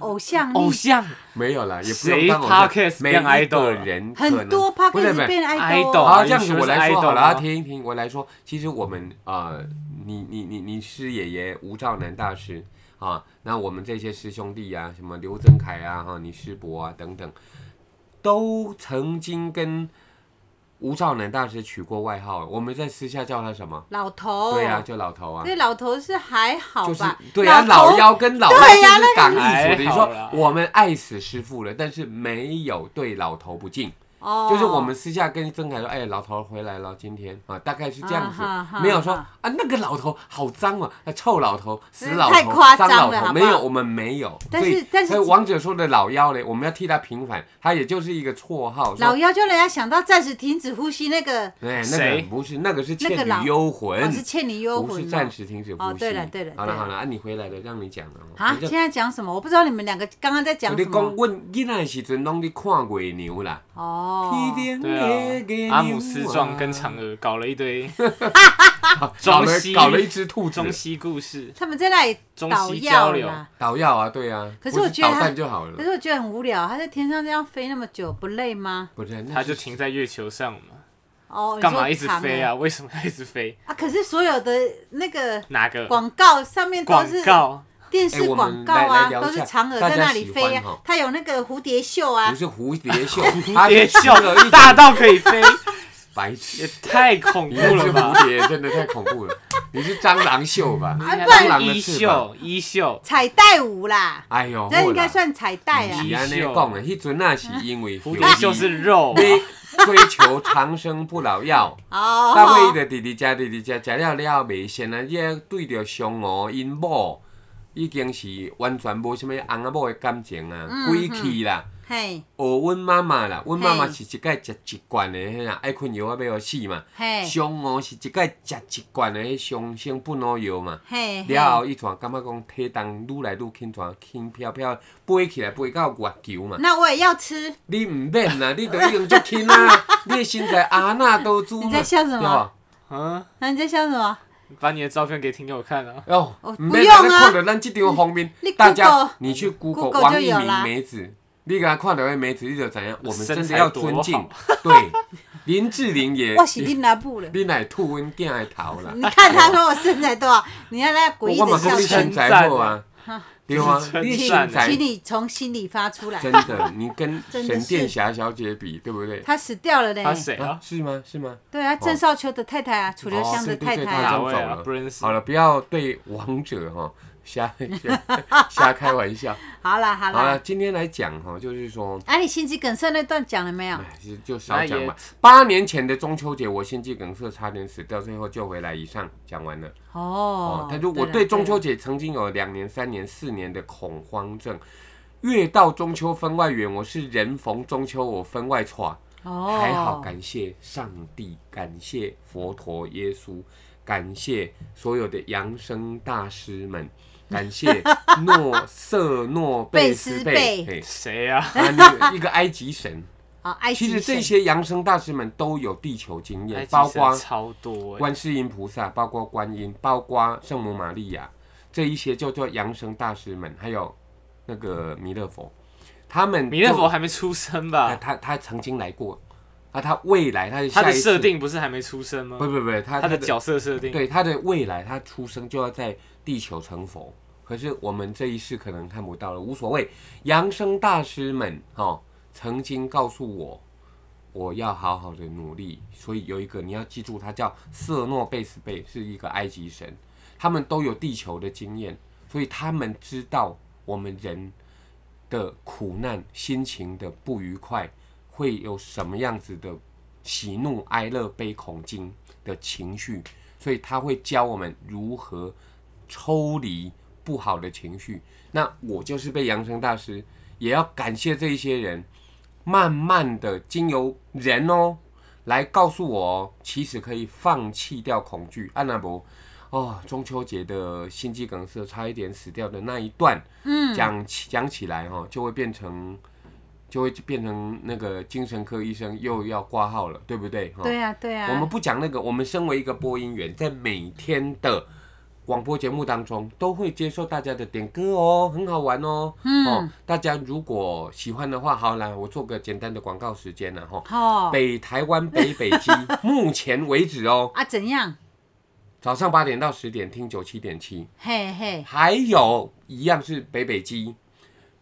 Speaker 2: 偶像，
Speaker 3: 偶
Speaker 2: 你
Speaker 3: 像
Speaker 1: 没有啦，也不
Speaker 3: 谁
Speaker 1: 用当我
Speaker 3: podcast
Speaker 1: 每
Speaker 3: 变
Speaker 1: 一个
Speaker 3: idol 啊
Speaker 1: 人可能
Speaker 2: 很多 p
Speaker 1: 不
Speaker 2: o
Speaker 1: 是
Speaker 2: c
Speaker 1: 不
Speaker 2: t
Speaker 1: 是
Speaker 2: 变
Speaker 3: idol
Speaker 1: 好，
Speaker 2: 哦
Speaker 3: 啊
Speaker 1: 这样子
Speaker 3: 你
Speaker 1: 我
Speaker 3: 说
Speaker 1: 来
Speaker 3: 是
Speaker 1: 说
Speaker 3: idol
Speaker 1: 好了，啊
Speaker 3: 吗
Speaker 1: 听一听，我来说，其实我们呃，你你你你师爷爷吴兆南大师啊，那我们这些师兄弟啊，什么刘增凯啊，哈、你师伯啊等等，都曾经跟吴兆南大师取过外号，我们在私下叫他什么？
Speaker 2: 老头，
Speaker 1: 对呀、啊，就老头啊。
Speaker 2: 这老头是还好
Speaker 1: 就是
Speaker 2: 吧？
Speaker 1: 对啊，
Speaker 2: 老
Speaker 1: 老
Speaker 2: 头
Speaker 1: 妖跟老妖
Speaker 2: 对呀
Speaker 1: 就是港
Speaker 3: 那
Speaker 1: 艺
Speaker 3: 个
Speaker 1: 府的。你
Speaker 3: 还好
Speaker 1: 说
Speaker 3: 啦
Speaker 1: 我们爱死师傅了，但是没有对老头不敬。
Speaker 2: 哦，
Speaker 1: 就是我们私下跟曾凯说，哎，老头回来了，今天啊，大概是这样子
Speaker 2: 啊哈，哈
Speaker 1: 没有说
Speaker 2: 哈
Speaker 1: 啊，那个老头好脏啊，啊臭老头，死
Speaker 2: 嗯
Speaker 1: 老
Speaker 2: 太
Speaker 1: 头，
Speaker 2: 夸
Speaker 1: 脏
Speaker 2: 张
Speaker 1: 老
Speaker 2: 了
Speaker 1: 头，
Speaker 2: 好不
Speaker 1: 没有，
Speaker 2: 好
Speaker 1: 我们没有。
Speaker 2: 但是
Speaker 1: 所以
Speaker 2: 但是
Speaker 1: 所以王者说的老妖嘞，我们要替他平反，他也就是一个绰号。说
Speaker 2: 老妖就让人家想到暂时停止呼吸那个，
Speaker 1: 哎，那个
Speaker 3: 谁
Speaker 1: 不是，那个是《
Speaker 2: 那个
Speaker 1: 倩
Speaker 2: 老
Speaker 1: 女幽魂
Speaker 2: 哦，》，是倩女幽
Speaker 1: 不
Speaker 2: 魂
Speaker 1: 是
Speaker 2: 哦
Speaker 1: 暂时停止呼
Speaker 2: 哦
Speaker 1: 吸。
Speaker 2: 对了对了
Speaker 1: 好了
Speaker 2: 对
Speaker 1: 好了，
Speaker 2: 了
Speaker 1: 啊，你回来了，让你讲了哦。
Speaker 2: 啊
Speaker 1: 你！就
Speaker 2: 现在讲什么？我不知道你们两个刚刚在讲
Speaker 1: 我
Speaker 2: 什
Speaker 1: 咧讲，
Speaker 2: 么。
Speaker 1: 阮囡仔的时阵拢咧看月牛啦。
Speaker 2: 哦，
Speaker 1: 天
Speaker 3: 对
Speaker 1: 亮的月
Speaker 3: 啊，阿姆斯
Speaker 1: 牛
Speaker 3: 壮
Speaker 1: 啊
Speaker 3: 跟嫦娥搞了
Speaker 2: *laughs*
Speaker 3: 一堆
Speaker 1: 搞
Speaker 3: 中
Speaker 1: 了
Speaker 3: 西
Speaker 1: 搞了一只兔子
Speaker 3: 中。西故事，
Speaker 2: 他们在那里
Speaker 3: 中
Speaker 2: 捣
Speaker 3: 西
Speaker 2: 药
Speaker 3: 交流
Speaker 2: 啦。
Speaker 1: 捣药啊，对啊。
Speaker 2: 可是
Speaker 1: 不
Speaker 2: 我觉得
Speaker 1: 捣
Speaker 2: 他
Speaker 1: 蛋就好
Speaker 2: 可
Speaker 1: 了，
Speaker 2: 是我觉得很无聊，他在天上这样飞那么久，不累吗？
Speaker 1: 不是？那
Speaker 3: 他
Speaker 1: 是
Speaker 3: 就停在月球上嘛，
Speaker 2: 哦，
Speaker 3: 干
Speaker 2: 你
Speaker 3: 嘛
Speaker 2: 说
Speaker 3: 一直
Speaker 2: 长
Speaker 3: 飞
Speaker 2: 啊？
Speaker 3: 啊？为什么要一直飞？
Speaker 2: 啊，可是所有的那个
Speaker 3: 哪个
Speaker 2: 广告上面都
Speaker 3: 广
Speaker 2: 是
Speaker 3: 告？
Speaker 2: 电视
Speaker 1: 哎我们
Speaker 2: 广告
Speaker 1: 来
Speaker 2: 啊，
Speaker 1: 来聊一
Speaker 2: 都是
Speaker 1: 下
Speaker 2: 嫦娥
Speaker 1: 大
Speaker 2: 在
Speaker 1: 家
Speaker 2: 那里
Speaker 1: 喜
Speaker 2: 飞
Speaker 1: 欢
Speaker 2: 啊
Speaker 1: 哈，
Speaker 2: 它有那个蝴蝶袖
Speaker 1: 不
Speaker 2: 啊，
Speaker 1: 是蝴蝶
Speaker 3: *laughs*
Speaker 1: 袖，蝴
Speaker 3: 别哎笑
Speaker 1: 了一，
Speaker 3: 大到可以飞，
Speaker 1: 白
Speaker 3: 也
Speaker 1: 痴。*laughs*
Speaker 3: 太恐
Speaker 1: 你
Speaker 3: 怖
Speaker 1: 那
Speaker 3: 了
Speaker 1: 只
Speaker 3: 吧！
Speaker 1: 蝴蝶真的太恐怖了，你是蟑螂袖吧？
Speaker 2: 啊不
Speaker 1: 蟑
Speaker 2: 然
Speaker 1: 螂
Speaker 3: 衣
Speaker 1: 的翅膀。
Speaker 3: 袖，衣袖，
Speaker 2: 彩带舞啦，
Speaker 1: 哎呦，
Speaker 2: 那应该算彩带啊
Speaker 1: 是
Speaker 3: 衣。
Speaker 1: 安尼
Speaker 3: 袖
Speaker 1: 讲的，迄阵啊那是因为
Speaker 3: 蝴蝶袖是肉啊，
Speaker 1: 追追求长生不老药。
Speaker 2: *laughs* 哦，
Speaker 1: 到尾伊就直直食，直直食，食了了袂鲜啊！伊对着上娥因某，已经是完全无啥物翁仔某的感情啊，
Speaker 2: 嗯
Speaker 1: 鬼气啦！
Speaker 2: 嘿，
Speaker 1: 学哦阮妈妈啦，阮妈妈
Speaker 2: 嘿
Speaker 1: 是一摆食一罐的迄啊，爱困药啊，要互死嘛。
Speaker 2: 嘿，
Speaker 1: 上娥是一摆食一罐的迄伤性不老药嘛。
Speaker 2: 嘿，
Speaker 1: 了
Speaker 2: 嘿，
Speaker 1: 后，伊全感觉讲体重愈来愈轻，全轻飘飘飞起来，飞到月球
Speaker 2: *laughs*
Speaker 1: 嘛。
Speaker 2: 那我也要吃，
Speaker 1: 你毋免啦，你都已经足轻啊，
Speaker 2: *laughs*
Speaker 1: 你的身材阿那都猪嘛，
Speaker 2: 你在笑什么
Speaker 1: 对吧
Speaker 3: 嗯，
Speaker 2: 那你在笑什么？
Speaker 3: 把你的照片给听友看啊。
Speaker 1: 哦
Speaker 2: 哦，
Speaker 1: 唔
Speaker 2: 不
Speaker 1: 免
Speaker 2: 用啊
Speaker 1: 咱看到咱这张封面
Speaker 2: 你，
Speaker 1: 大家
Speaker 2: Google-
Speaker 1: 你去 Google
Speaker 2: Google
Speaker 1: 王
Speaker 2: 就
Speaker 1: 一
Speaker 2: 有
Speaker 1: 鸣
Speaker 2: 啦
Speaker 1: 梅子，你给他看到的梅子，你就怎样？我们
Speaker 3: 身
Speaker 1: 真的
Speaker 3: 材
Speaker 1: 要
Speaker 3: 多
Speaker 1: 尊敬
Speaker 3: 好，
Speaker 1: 对，林志玲也，
Speaker 2: *laughs* 我是你哪部了？
Speaker 1: 你乃吐温囝的头啦，
Speaker 2: 你
Speaker 1: *laughs*
Speaker 2: 看他跟我身材多好，你看他诡异
Speaker 1: 我我
Speaker 2: 的
Speaker 1: 嘛讲你
Speaker 2: 笑
Speaker 1: 身
Speaker 2: 声，
Speaker 1: 材好啊，对啊，
Speaker 3: 称赞
Speaker 1: 你的身
Speaker 2: 请
Speaker 1: 材
Speaker 2: 你从心里发出来
Speaker 1: 真。的，你跟
Speaker 2: 真的
Speaker 1: 沈
Speaker 2: 是
Speaker 1: 殿霞小姐比，对不对？
Speaker 2: 他死掉了嘞，
Speaker 3: 他谁
Speaker 1: 啊
Speaker 3: 啊？
Speaker 1: 是吗？是吗？
Speaker 2: 对啊，郑少秋的太太啊，楚留
Speaker 1: 哦
Speaker 2: 香
Speaker 1: 对
Speaker 2: 的
Speaker 1: 对
Speaker 2: 太
Speaker 1: 对
Speaker 2: 太
Speaker 1: 她
Speaker 2: 啊
Speaker 1: 已，经
Speaker 3: 哪
Speaker 1: 走
Speaker 3: 位啊
Speaker 1: 了
Speaker 3: 不认识
Speaker 1: 好了，不要对王者哈瞎瞎瞎开玩笑。
Speaker 2: *laughs* 好啦好
Speaker 1: 好了，
Speaker 2: 啦，
Speaker 1: 今天来讲哈，就是说，
Speaker 2: 啊，你心肌梗塞那段讲了没有？
Speaker 1: 哎，就就少
Speaker 3: 那
Speaker 1: 讲
Speaker 3: 也
Speaker 1: 吧。八年前的中秋节，我心肌梗塞差点死掉，最后救回来。以上讲完了。
Speaker 2: 哦
Speaker 1: 哦，，但是我
Speaker 2: 了
Speaker 1: 对中秋
Speaker 2: 了
Speaker 1: 节曾经有两年、三年、四年的恐慌症。越到中秋分外远，我是人逢中秋我分外闯。
Speaker 2: 哦，
Speaker 1: 还好，感谢上帝，感谢佛陀、耶稣，感谢所有的扬声大师们，感谢诺瑟诺贝斯贝，
Speaker 2: 贝
Speaker 3: *laughs*
Speaker 1: 嘿
Speaker 3: 谁啊？
Speaker 1: 啊那个一个埃及神。
Speaker 2: 好，爱
Speaker 1: 其实
Speaker 2: 情
Speaker 1: 这
Speaker 2: 神
Speaker 1: 些扬声大师们都有地球经
Speaker 3: 埃
Speaker 1: 验，
Speaker 3: 及
Speaker 1: 包
Speaker 3: 神
Speaker 1: 括
Speaker 3: 超多欸，
Speaker 1: 观世音菩萨，包括观音，包括圣母玛利亚，这一些叫做扬声大师们，还有那个弥勒佛，他们
Speaker 3: 弥勒
Speaker 1: 就
Speaker 3: 佛还没出生
Speaker 1: 他
Speaker 3: 吧？
Speaker 1: 他他曾经来过，啊，他未来他的
Speaker 3: 他
Speaker 1: 下
Speaker 3: 的
Speaker 1: 一次
Speaker 3: 设定不是还没出生吗
Speaker 1: 不？不不，他
Speaker 3: 他的角色设定，
Speaker 1: 对他的未来，他出生就要在地球成佛。可是我们这一世可能看不到了，无所谓。扬声大师们哦，曾经告诉我，我要好好的努力。所以有一个你要记住，他叫瑟诺贝斯贝，是一个埃及神，他们都有地球的经验，所以他们知道我们人的苦难、心情的不愉快会有什么样子的喜怒哀乐悲恐惊的情绪，所以他会教我们如何抽离不好的情绪。那我就是被扬声大师，也要感谢这一些人，慢慢的经由人哦，来告诉我、哦，其实可以放弃掉恐惧。安娜伯，哦，中秋节的心肌梗塞差一点死掉的那一段，嗯，讲起讲起来哈、哦，就会变成。就会变成那个精神科医生又要挂号了，对不对？哦哈
Speaker 2: 对啊对啊，
Speaker 1: 我们不讲那个，我们身为一个播音员，在每天的广播节目当中，都会接受大家的点歌哦，很好玩哦。嗯，哦，大家如果喜欢的话，好啦，我做个简单的广告时间了哈。
Speaker 2: 哦
Speaker 1: 北台湾北北基，目前为止哦， *laughs*
Speaker 2: 啊怎样？
Speaker 1: 早上八点到十点听九七点七，
Speaker 2: 嘿嘿，
Speaker 1: 还有一样是北北基。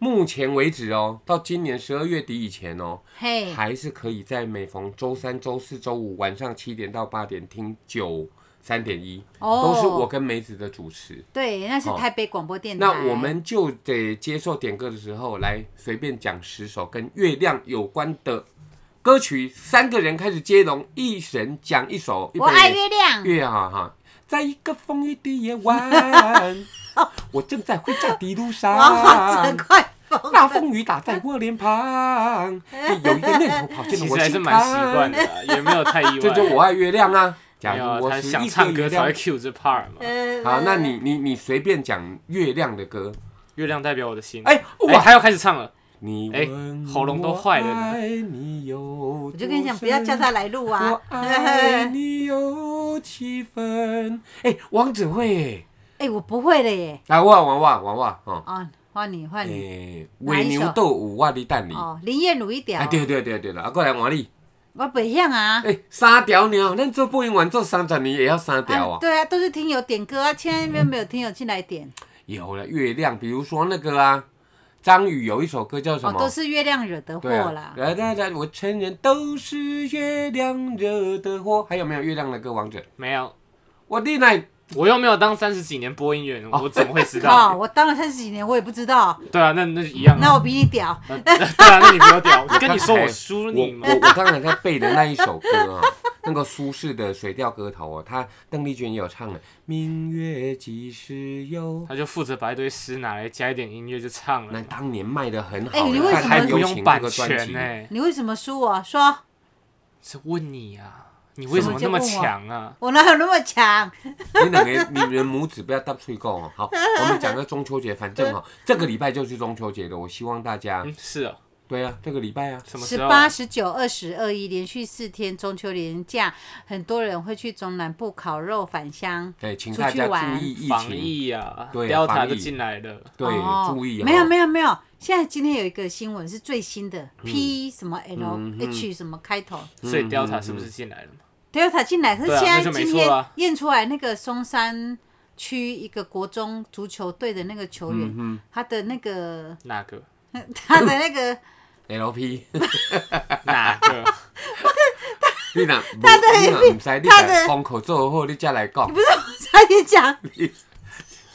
Speaker 1: 目前为止哦，到今年十二月底以前哦，
Speaker 2: 嘿，
Speaker 1: 还是可以在每逢周三、周四周五晚上七点到八点听九三点一，
Speaker 2: 哦
Speaker 1: 都是我跟梅子的主持。
Speaker 2: 对，那是
Speaker 1: 哦
Speaker 2: 台北广播电台。
Speaker 1: 那我们就得接受点歌的时候，来随便讲十首跟月亮有关的歌曲，三个人开始接龙，一人讲一首。一
Speaker 2: 我爱
Speaker 1: 杯
Speaker 2: 月亮，
Speaker 1: 月哈哈，在一个风雨的夜晚，我正在回家的路
Speaker 2: *laughs*
Speaker 1: 上。
Speaker 2: 王法则快疯
Speaker 1: 大
Speaker 2: 了，
Speaker 1: 风雨打在我脸
Speaker 2: *laughs*
Speaker 1: 庞，有一个念头跑进
Speaker 3: 其
Speaker 1: 了
Speaker 3: 实
Speaker 1: 我
Speaker 3: 还
Speaker 1: 心
Speaker 3: 是
Speaker 1: 坎。
Speaker 3: 蛮习惯的啊，也没
Speaker 1: *laughs*
Speaker 3: 有太意外。
Speaker 1: 这就我爱月亮啊。假
Speaker 3: 没有啊，
Speaker 1: 如我
Speaker 3: 他
Speaker 1: 是
Speaker 3: 想
Speaker 1: 一
Speaker 3: 唱
Speaker 1: 个
Speaker 3: 歌
Speaker 1: 月
Speaker 3: 才会
Speaker 1: 亮，哎
Speaker 3: cue 这 part 嘛。
Speaker 2: 呃
Speaker 1: 好，那你你你随便讲月亮的歌。
Speaker 3: 月亮代表我的心。
Speaker 1: 哎
Speaker 3: 哎，
Speaker 1: 哇，
Speaker 3: 他要开始唱了。
Speaker 1: 你
Speaker 3: 哎
Speaker 1: 问
Speaker 3: 喉咙都坏了
Speaker 1: 我
Speaker 3: 呢
Speaker 1: 爱你有多
Speaker 2: 我就跟你讲，不要叫他来录
Speaker 1: 深
Speaker 2: 啊
Speaker 1: 我。爱你有七分。哎，王子慧，啊
Speaker 2: 哎，我不会的耶。
Speaker 1: 来哇哇哇哇哇哦，
Speaker 2: 哦，换你换
Speaker 1: 哎，
Speaker 2: 你。哪
Speaker 1: 伪
Speaker 2: 一首
Speaker 1: 牛豆舞我的蛋里。
Speaker 2: 哦，林彦如一条
Speaker 1: 哎，，对对对对了，啊，过来换你。
Speaker 2: 我北向啊。
Speaker 1: 哎，三条鸟，咱做播音员做三十年也要三条啊，。
Speaker 2: 啊对啊，都是听友点歌啊，现在那边没有听友进来点，
Speaker 1: 有了月亮，比如说那个啊，张宇有一首歌叫什
Speaker 2: 哦，
Speaker 1: 么？
Speaker 2: 都是月亮惹的祸
Speaker 1: 对啊
Speaker 2: 啦。
Speaker 1: 来来来，我承认都是月亮惹的祸。还有没有月亮的歌王者？
Speaker 3: 没有，
Speaker 1: 我的奶，
Speaker 3: 我又没有当三十几年播音员，
Speaker 1: 哦
Speaker 3: 我怎么会啊知道？
Speaker 2: 靠，我当了三十几年，我也不知道，
Speaker 3: 对啊，那那一样啊。
Speaker 2: 那我比你屌。
Speaker 3: 那 *laughs* 对啊，那你比我屌，
Speaker 1: 刚才
Speaker 3: 跟你说我输
Speaker 1: 我
Speaker 3: 你嘛
Speaker 1: 我。我刚才在背的那一首歌啊， *laughs* 那个苏轼的《水调歌头》啊，他邓丽君也有唱的《明月几时有》，
Speaker 3: 他就负责把一堆诗拿来加一点音乐就唱
Speaker 1: 那
Speaker 3: 了，
Speaker 1: 当年卖的很好
Speaker 2: 哎你
Speaker 1: 的，
Speaker 2: 为
Speaker 1: 但
Speaker 2: 什
Speaker 1: 还
Speaker 2: 么
Speaker 3: 不
Speaker 1: 流
Speaker 3: 用
Speaker 1: 行这
Speaker 3: 版
Speaker 1: 个专
Speaker 3: 权欸
Speaker 1: 辑
Speaker 3: 呢、。
Speaker 2: 你为什么输我？说
Speaker 3: 是问你啊，你为什么那么强啊？
Speaker 2: 我哪有那么强？
Speaker 1: 你两个，你们拇指不要搭吹够哦。哦
Speaker 2: *laughs*
Speaker 1: 好，我们讲到中秋节，反正哈、这个礼拜就是中秋节了。我希望大家
Speaker 3: 嗯，是哦，
Speaker 1: 对啊，这个礼拜啊，
Speaker 3: 什么
Speaker 2: 十
Speaker 3: 时候？
Speaker 2: 八、十九、二十、二一，连续四天中秋连假，很多人会去中南部烤肉返乡。
Speaker 1: 对，请
Speaker 2: 出
Speaker 1: 大
Speaker 2: 去
Speaker 1: 家
Speaker 2: 玩
Speaker 1: 注意疫
Speaker 3: 防
Speaker 1: 情，
Speaker 3: 疫啊，
Speaker 1: 对
Speaker 3: 调查
Speaker 1: 防疫
Speaker 3: 都进来了，
Speaker 1: 对，
Speaker 2: 哦
Speaker 1: 注意啊。
Speaker 2: 没有没有没有，现在今天有一个新闻是最新的、p 什么 L、H 什么开头
Speaker 3: 所以调查是不是进来了嘛？
Speaker 1: 嗯
Speaker 2: Delta 进来，可是
Speaker 3: 对啊
Speaker 2: 现
Speaker 3: 那
Speaker 2: 在
Speaker 3: 就没
Speaker 2: 今
Speaker 3: 错
Speaker 2: 天
Speaker 3: 啦
Speaker 2: 验出来那个松山区一个国中足球队的那个球员，
Speaker 3: 嗯
Speaker 2: 他的那个 *laughs*
Speaker 1: 嗯
Speaker 3: 哪个？
Speaker 2: 他的那个
Speaker 1: LP，
Speaker 3: 哪个？
Speaker 1: *laughs* 你
Speaker 2: *laughs*
Speaker 1: 若他的你若唔知，你
Speaker 2: 他的
Speaker 1: 把风口做好，你再来讲。
Speaker 2: 不是我差点讲，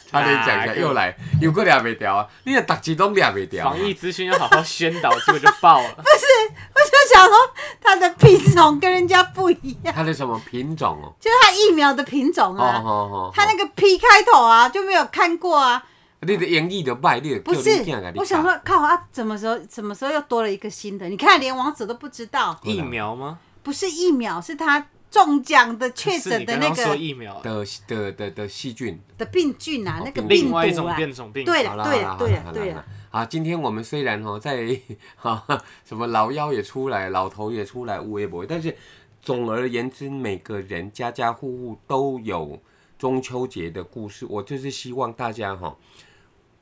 Speaker 1: 差点讲一
Speaker 3: 哪
Speaker 1: 下，
Speaker 3: 个
Speaker 1: 又来，又个抓袂掉啊！你若逐集拢抓袂掉啊
Speaker 3: 防，疫资讯要好好宣导，结果就
Speaker 1: *laughs*
Speaker 3: 爆了。
Speaker 1: 啊
Speaker 2: 我就想说他的品种跟人家不一样，
Speaker 1: 它的什么品种哦？
Speaker 2: 就是他疫苗的品种
Speaker 1: 哦
Speaker 2: 啊，
Speaker 1: 哦哦，
Speaker 2: 他那个 P 开头啊就没有看过啊。
Speaker 1: 你的演绎的歹，你就
Speaker 2: 不
Speaker 1: 叫
Speaker 2: 是
Speaker 1: 你囝甲，你
Speaker 2: 我想
Speaker 1: 打
Speaker 2: 说，靠啊，怎么时候什么时候又多了一个新的？你看，连王子都不知道，
Speaker 3: 疫苗吗？
Speaker 2: 不是疫苗，是他中奖的确
Speaker 3: 是
Speaker 2: 诊
Speaker 3: 你
Speaker 2: 的
Speaker 3: 刚
Speaker 2: 那
Speaker 3: 刚说
Speaker 2: 个
Speaker 3: 疫苗，
Speaker 1: 的的的的细菌，
Speaker 2: 的病菌啊，那个
Speaker 1: 病
Speaker 3: 哦另
Speaker 2: 病
Speaker 3: 外一
Speaker 2: 毒
Speaker 3: 种
Speaker 2: 啊。
Speaker 3: 变种病。
Speaker 2: 对
Speaker 1: 好
Speaker 2: 了，
Speaker 1: 啦
Speaker 2: 对
Speaker 1: 好啦
Speaker 2: 了，对
Speaker 1: 好
Speaker 2: 了，
Speaker 1: 啦
Speaker 2: 对
Speaker 1: 好啦
Speaker 2: 了，
Speaker 1: 好，今天我们虽然哈在哈 *laughs* 什么老妖也出来，老头也出来，乌也不，但是总而言之，每个人家家户户都有中秋节的故事。我就是希望大家哈，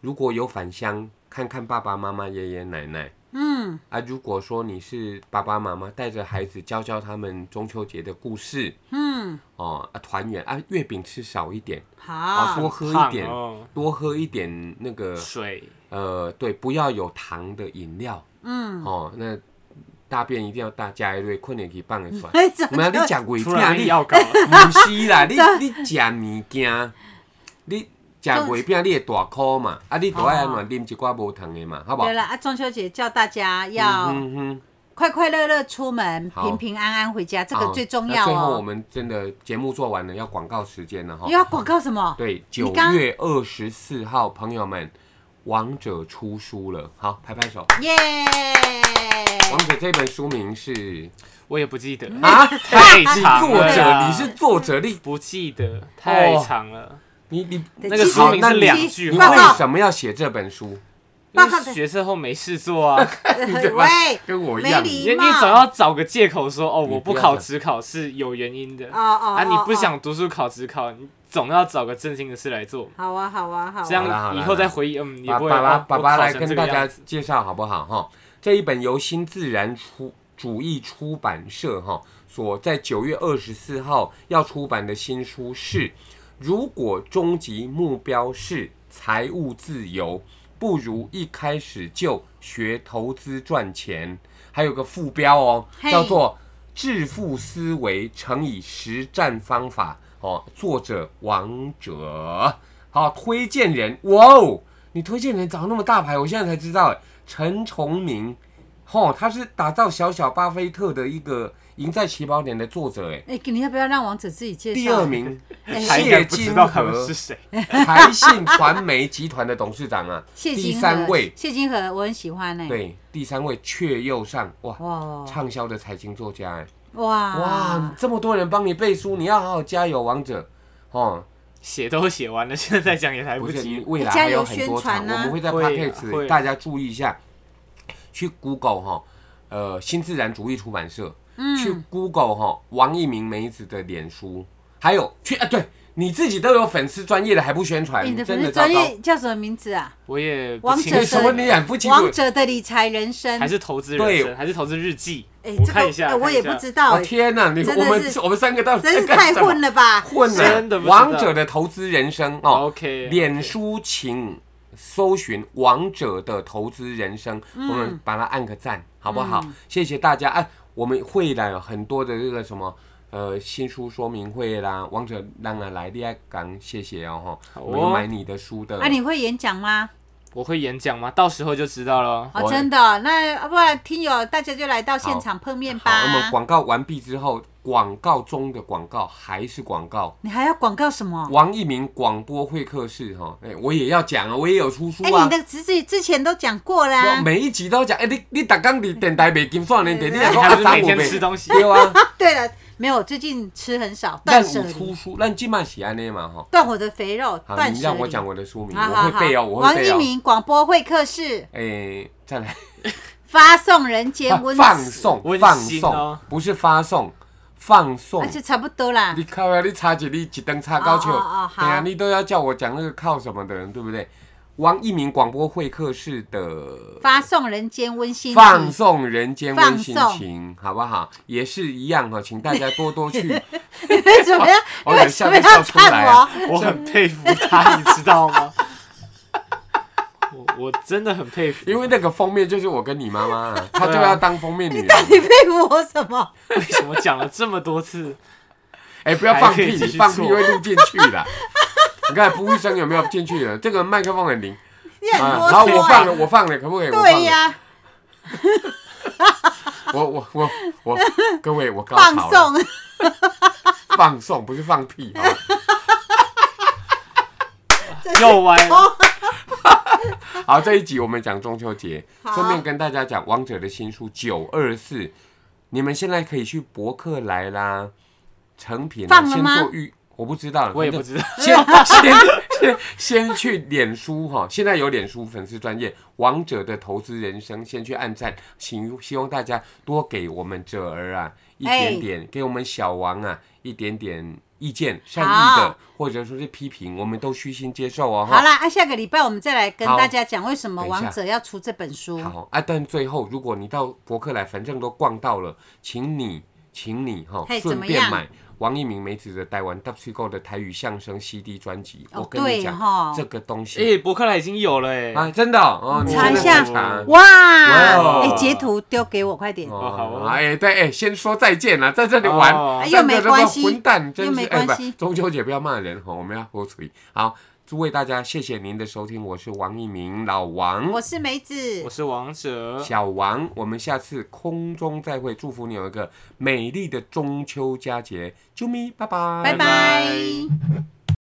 Speaker 1: 如果有返乡，看看爸爸妈妈、爷爷奶奶。嗯啊，如果说你是爸爸妈妈带着孩子教教他们中秋节的故事，嗯哦啊团圆啊，月饼吃少一点，啊
Speaker 2: 好 *laughs*
Speaker 1: 多，喝一点，
Speaker 3: 胖哦
Speaker 1: 多喝一点那个
Speaker 3: 水
Speaker 1: 呃，对，不要有糖的饮料。嗯，哦，那大便一定要大加一堆，困难可以放得
Speaker 2: *laughs*
Speaker 1: 出来。
Speaker 2: 哎真
Speaker 1: 没有你
Speaker 2: 的
Speaker 1: 讲鬼
Speaker 3: 突
Speaker 1: 听，
Speaker 3: 然
Speaker 1: 你
Speaker 3: 要搞了， *laughs*
Speaker 1: 唔是
Speaker 2: *laughs*
Speaker 1: 啦，你你食物件，你食月饼你会大口嘛，啊你大爱嘛啉一寡无糖的嘛，好不好
Speaker 2: 哦对？了啊！中秋节叫大家要
Speaker 1: 嗯哼，
Speaker 2: 快快乐乐出门，
Speaker 1: 好
Speaker 2: 平平安安回家，这个
Speaker 1: 好
Speaker 2: 最重
Speaker 1: 那
Speaker 2: 要
Speaker 1: 最后我
Speaker 2: 哦。
Speaker 1: 们真的节目做完了，要广告时间了哈
Speaker 2: 又。要广告什么？
Speaker 1: 对，
Speaker 2: 你
Speaker 1: 九
Speaker 2: 刚
Speaker 1: 月二十四号，朋友们，《王者》出书了，好，拍拍手。
Speaker 2: 耶！
Speaker 1: 《王者》这本书名是
Speaker 3: 我也不记得，
Speaker 1: 啊，
Speaker 3: *laughs* 太长
Speaker 1: 作
Speaker 3: 了
Speaker 1: 者，
Speaker 3: 啦。
Speaker 1: 你是作者，你
Speaker 3: 不记得，太
Speaker 1: 哦
Speaker 3: 长了。
Speaker 1: 你你
Speaker 2: 对
Speaker 3: 那个
Speaker 2: 其实
Speaker 3: 说明
Speaker 1: 那
Speaker 3: 是
Speaker 1: 你
Speaker 3: 两
Speaker 2: 其
Speaker 3: 句
Speaker 1: 你
Speaker 2: 报
Speaker 3: 话，
Speaker 1: 为
Speaker 2: 告 *laughs*
Speaker 1: 什么要写这本书？
Speaker 3: 因
Speaker 2: 报告
Speaker 3: 为学生后没事做啊。
Speaker 2: 喂，
Speaker 1: 跟我一
Speaker 2: 没
Speaker 1: 样，
Speaker 2: 礼
Speaker 3: 你你总
Speaker 1: 啊
Speaker 3: 要找个借口说哦，我不考职考是有原因的
Speaker 2: 哦哦
Speaker 3: 啊，你
Speaker 2: 哦
Speaker 3: 不
Speaker 2: 哦
Speaker 3: 想读书考职考，你总要找个正经的事来做，
Speaker 2: 好啊，好啊，好啊。
Speaker 3: 这
Speaker 1: 好啦好
Speaker 3: 样
Speaker 1: 啦
Speaker 3: 以后再回忆，嗯，也
Speaker 1: 爸
Speaker 3: 不会
Speaker 1: 爸爸
Speaker 3: 啊
Speaker 1: 爸爸
Speaker 3: 我考
Speaker 1: 来
Speaker 3: 成
Speaker 1: 跟
Speaker 3: 这
Speaker 1: 大
Speaker 3: 个
Speaker 1: 家
Speaker 3: 样子。
Speaker 1: 介绍好不好？哈，这一本由新自然出主义出版社哈所在九月二十四号要出版的新书是：如果终极目标是财务自由，不如一开始就学投资赚钱。还有个副标哦，
Speaker 2: 嘿
Speaker 1: 叫做“致富思维乘以实战方法”哦，作者王者。好，推荐人，哇哦，你推荐人长那么大牌，我现在才知道，哎陈崇明，吼、他是打造小小巴菲特的一个赢在起跑点的作者，哎，
Speaker 2: 哎，你要不要让王者自己介绍？
Speaker 1: 第二，名
Speaker 3: 还
Speaker 1: 谢
Speaker 3: 敢不
Speaker 1: 金
Speaker 3: 知 *laughs* 道他们
Speaker 1: 河
Speaker 3: 是，谁？
Speaker 1: 台信传媒集团的董事长啊，
Speaker 2: *laughs* 谢
Speaker 1: 第
Speaker 2: 金河。
Speaker 1: 三位，
Speaker 2: 谢金河，我很喜欢哎。，
Speaker 1: 对，第三位阙右上，哇，
Speaker 2: 哇
Speaker 1: 畅销的财经作家，哎，
Speaker 2: 哇
Speaker 1: 哇，！这么多人帮你背书，你要好好加油，王者，哦，
Speaker 3: 写都写完了， *laughs* 现在再讲也来
Speaker 1: 不是你
Speaker 3: 及。
Speaker 1: 未来
Speaker 2: 加
Speaker 1: 还有
Speaker 2: 油
Speaker 1: 很
Speaker 2: 宣
Speaker 1: 多场，
Speaker 2: 传啊
Speaker 1: 我们会在
Speaker 3: 会啊
Speaker 1: podcast
Speaker 3: 会啊
Speaker 1: 大家注意一下，去 Google 哈，呃，新自然主义出版社，
Speaker 2: 嗯
Speaker 1: 去 Google 哈，王一鸣梅子的脸书，还有去啊，对你自己都有粉丝专业的还不宣传
Speaker 2: 哎，你，的
Speaker 1: 真
Speaker 2: 粉
Speaker 1: 的
Speaker 2: 丝
Speaker 1: 糟
Speaker 2: 专
Speaker 1: 糕
Speaker 2: 业。叫什么名字啊？
Speaker 3: 我也不
Speaker 2: 王
Speaker 3: 清
Speaker 2: 者
Speaker 1: 为
Speaker 3: 楚
Speaker 1: 什么你也不清楚
Speaker 2: 王？者的理财人生。
Speaker 3: 还是投资人
Speaker 1: 对
Speaker 3: 生，还是投资日记？
Speaker 2: 哎，
Speaker 3: 我
Speaker 2: 这个
Speaker 3: 看一下，
Speaker 2: 哎我
Speaker 3: 看一
Speaker 2: 也
Speaker 3: 下
Speaker 2: 不知道
Speaker 1: 我
Speaker 2: 哎，
Speaker 1: 啊天哪！你
Speaker 2: 真的
Speaker 1: 我们
Speaker 2: 是
Speaker 1: 我们三个到底
Speaker 2: 真是
Speaker 1: 在干
Speaker 2: 太
Speaker 1: 哎什么
Speaker 2: 混了吧！
Speaker 1: 混了，
Speaker 3: 真的不知道
Speaker 1: 王者的投资人生哦。
Speaker 3: OK，
Speaker 1: 脸书请搜寻“王者的投资人生”，
Speaker 2: 嗯
Speaker 1: 我们把它按个赞，好不好？谢谢大家啊！我们会来有很多的这个什么。呃，新书说明会啦，王者让啊来，你爱讲谢谢哦哈，
Speaker 3: 好哦
Speaker 1: 我有买你的书的，
Speaker 2: 啊，你会演讲吗？
Speaker 3: 我会演讲吗？到时候就知道了哦。
Speaker 1: 我
Speaker 2: 哦，真的哦，那要不然听友大家就来到现
Speaker 1: 好
Speaker 2: 场碰面
Speaker 1: 好，我们
Speaker 2: 吧。
Speaker 1: 广告完毕之后，广告中的广告还是广告，
Speaker 2: 你还要广告什么？
Speaker 1: 王一鸣广播会客室哈，哎、我也要讲啊，我也有出书
Speaker 2: 哎，
Speaker 1: 啊
Speaker 2: 你，的啊侄子之前都讲过
Speaker 1: 我
Speaker 2: 啦。
Speaker 1: 每一集都讲，哎、你你打刚你电台没金算
Speaker 2: 嗯
Speaker 1: 你电，你还
Speaker 3: 你
Speaker 1: 讲啊张
Speaker 3: 还不是每
Speaker 1: 我
Speaker 3: 天
Speaker 1: 没
Speaker 3: 吃东西？
Speaker 1: 对啊，
Speaker 2: *laughs* 对了，没有，最近吃很少，
Speaker 1: 但
Speaker 2: *laughs* 断舍
Speaker 1: 有
Speaker 2: 离
Speaker 1: 出，书，咱即嘛是安尼嘛吼。
Speaker 2: 断我的肥肉，
Speaker 1: 好，
Speaker 2: 断
Speaker 1: 你
Speaker 2: 舍
Speaker 1: 让我
Speaker 2: 离
Speaker 1: 讲。我的书名，
Speaker 2: 好
Speaker 1: 我
Speaker 2: 好
Speaker 1: 会
Speaker 2: 好，
Speaker 1: 背哦，我会
Speaker 2: 王
Speaker 1: 背
Speaker 2: 一
Speaker 1: 哦。
Speaker 2: 鸣广播会客室，
Speaker 1: 诶，再来，
Speaker 2: 发送人间温
Speaker 1: 啊放
Speaker 2: 馨，
Speaker 1: 送
Speaker 3: 温
Speaker 1: 放
Speaker 3: 馨
Speaker 1: 送、
Speaker 3: 哦
Speaker 1: 不是发送，放送
Speaker 2: 而。且啊差不多啦
Speaker 1: 你。靠呀！你差几你几灯差高球，
Speaker 2: 哦哦哦好
Speaker 1: 对啊，你都要叫我讲那个靠什么的人，对不对？王一鸣广播会客室的
Speaker 2: 发送人间温馨礼，
Speaker 1: 放送人间温馨
Speaker 2: 放送
Speaker 1: 情，好不好？也是一样哈、哦，请大家多多
Speaker 2: *laughs*
Speaker 1: 去
Speaker 2: 你 *laughs* 为什么要？
Speaker 1: 我
Speaker 2: 你
Speaker 1: 有
Speaker 2: 为
Speaker 1: 笑
Speaker 2: 什
Speaker 1: 被
Speaker 2: 么要
Speaker 1: 笑出来
Speaker 2: 看
Speaker 1: 啊
Speaker 2: 我？ *laughs*
Speaker 3: *laughs* 我很佩服他，你知道吗？ *laughs* 我我真的很佩服，
Speaker 1: 因为那个封面就是我跟你妈妈啊，她就
Speaker 3: 对啊
Speaker 1: 要当封面女人。
Speaker 2: 你佩服我什么？
Speaker 3: 为什么讲了这么多次？
Speaker 1: 哎、不要放
Speaker 3: 还可
Speaker 1: 屁
Speaker 3: 以继，续
Speaker 1: 放屁
Speaker 3: 做
Speaker 1: 会录进去啦。 *laughs* 你看噗一声有没有进去了？这个麦克风很灵
Speaker 2: 你很
Speaker 1: 啊。
Speaker 2: 啰
Speaker 1: 好，我
Speaker 2: 嗦
Speaker 1: 放
Speaker 2: 哎、
Speaker 1: 了，我放了，可不可以？我放
Speaker 2: 对
Speaker 1: 了
Speaker 2: 呀、
Speaker 1: 我我我我， *laughs* 各位，我高
Speaker 2: 放
Speaker 1: 潮了，
Speaker 2: 送，
Speaker 1: 放送不是放屁啊！
Speaker 3: *laughs* 又歪了，
Speaker 1: *laughs* 好，这一集我们讲中秋节，
Speaker 2: 好
Speaker 1: 顺便跟大家讲《王者》的新书九二四，你们现在可以去博客来啦，成品啊
Speaker 2: 放了
Speaker 1: 先
Speaker 2: 吗
Speaker 1: 做预，我不知道，
Speaker 3: 我也
Speaker 1: 反
Speaker 3: 不
Speaker 1: 正
Speaker 3: 知道。
Speaker 1: 先 *laughs* 先先先去脸书哈，现在有脸书粉丝专业王者的投资人生，先去按赞，请希望大家多给我们哲儿啊一
Speaker 2: 哎
Speaker 1: 点点，给我们小王啊一点点意见，善意的
Speaker 2: 好
Speaker 1: 或者说是批评，我们都虚心接受哦
Speaker 2: 好
Speaker 1: 哈。
Speaker 2: 啦，啊，下个礼拜我们再来跟
Speaker 1: 好
Speaker 2: 大家讲为什么
Speaker 1: 等一下
Speaker 2: 王者要出这本书。
Speaker 1: 好啊，但最后如果你到博客来，反正都逛到了，请你，请你哈
Speaker 2: 嘿，怎
Speaker 1: 顺
Speaker 2: 么
Speaker 1: 便
Speaker 2: 样
Speaker 1: 买王一鸣梅子的台湾 W Go 的台语相声 CD 专辑。
Speaker 2: 哦
Speaker 1: 我跟你
Speaker 2: 对
Speaker 1: 讲
Speaker 2: 哈，
Speaker 1: 这个东西
Speaker 3: 哎、博客来已经有了哎、
Speaker 1: 啊，真的哦，哦你
Speaker 2: 查
Speaker 1: 真
Speaker 2: 一
Speaker 1: 的
Speaker 2: 下
Speaker 1: 是查
Speaker 3: 哇
Speaker 2: 哇，
Speaker 1: 哇
Speaker 2: 哎、截图丢给我，快点。
Speaker 1: 哦，
Speaker 3: 好啊
Speaker 1: 哎，对，哎，先说再见了，在这里玩
Speaker 3: 哦，
Speaker 1: 真的
Speaker 2: 哎又没关系
Speaker 1: 这个混蛋，真
Speaker 2: 又
Speaker 1: 是
Speaker 2: 没
Speaker 1: 哎，
Speaker 2: 关
Speaker 1: 不
Speaker 2: 系，
Speaker 1: 中秋节不要骂人哈，我们要喝水。好，诸位大家，谢谢您的收听，我是王一鸣，老王，
Speaker 2: 我是梅子
Speaker 3: 我，是王者，
Speaker 1: 小王，我们下次空中再会，祝福你有一个美丽的中秋佳节，啾咪，拜拜，
Speaker 2: 拜
Speaker 3: 拜
Speaker 2: 拜
Speaker 3: 拜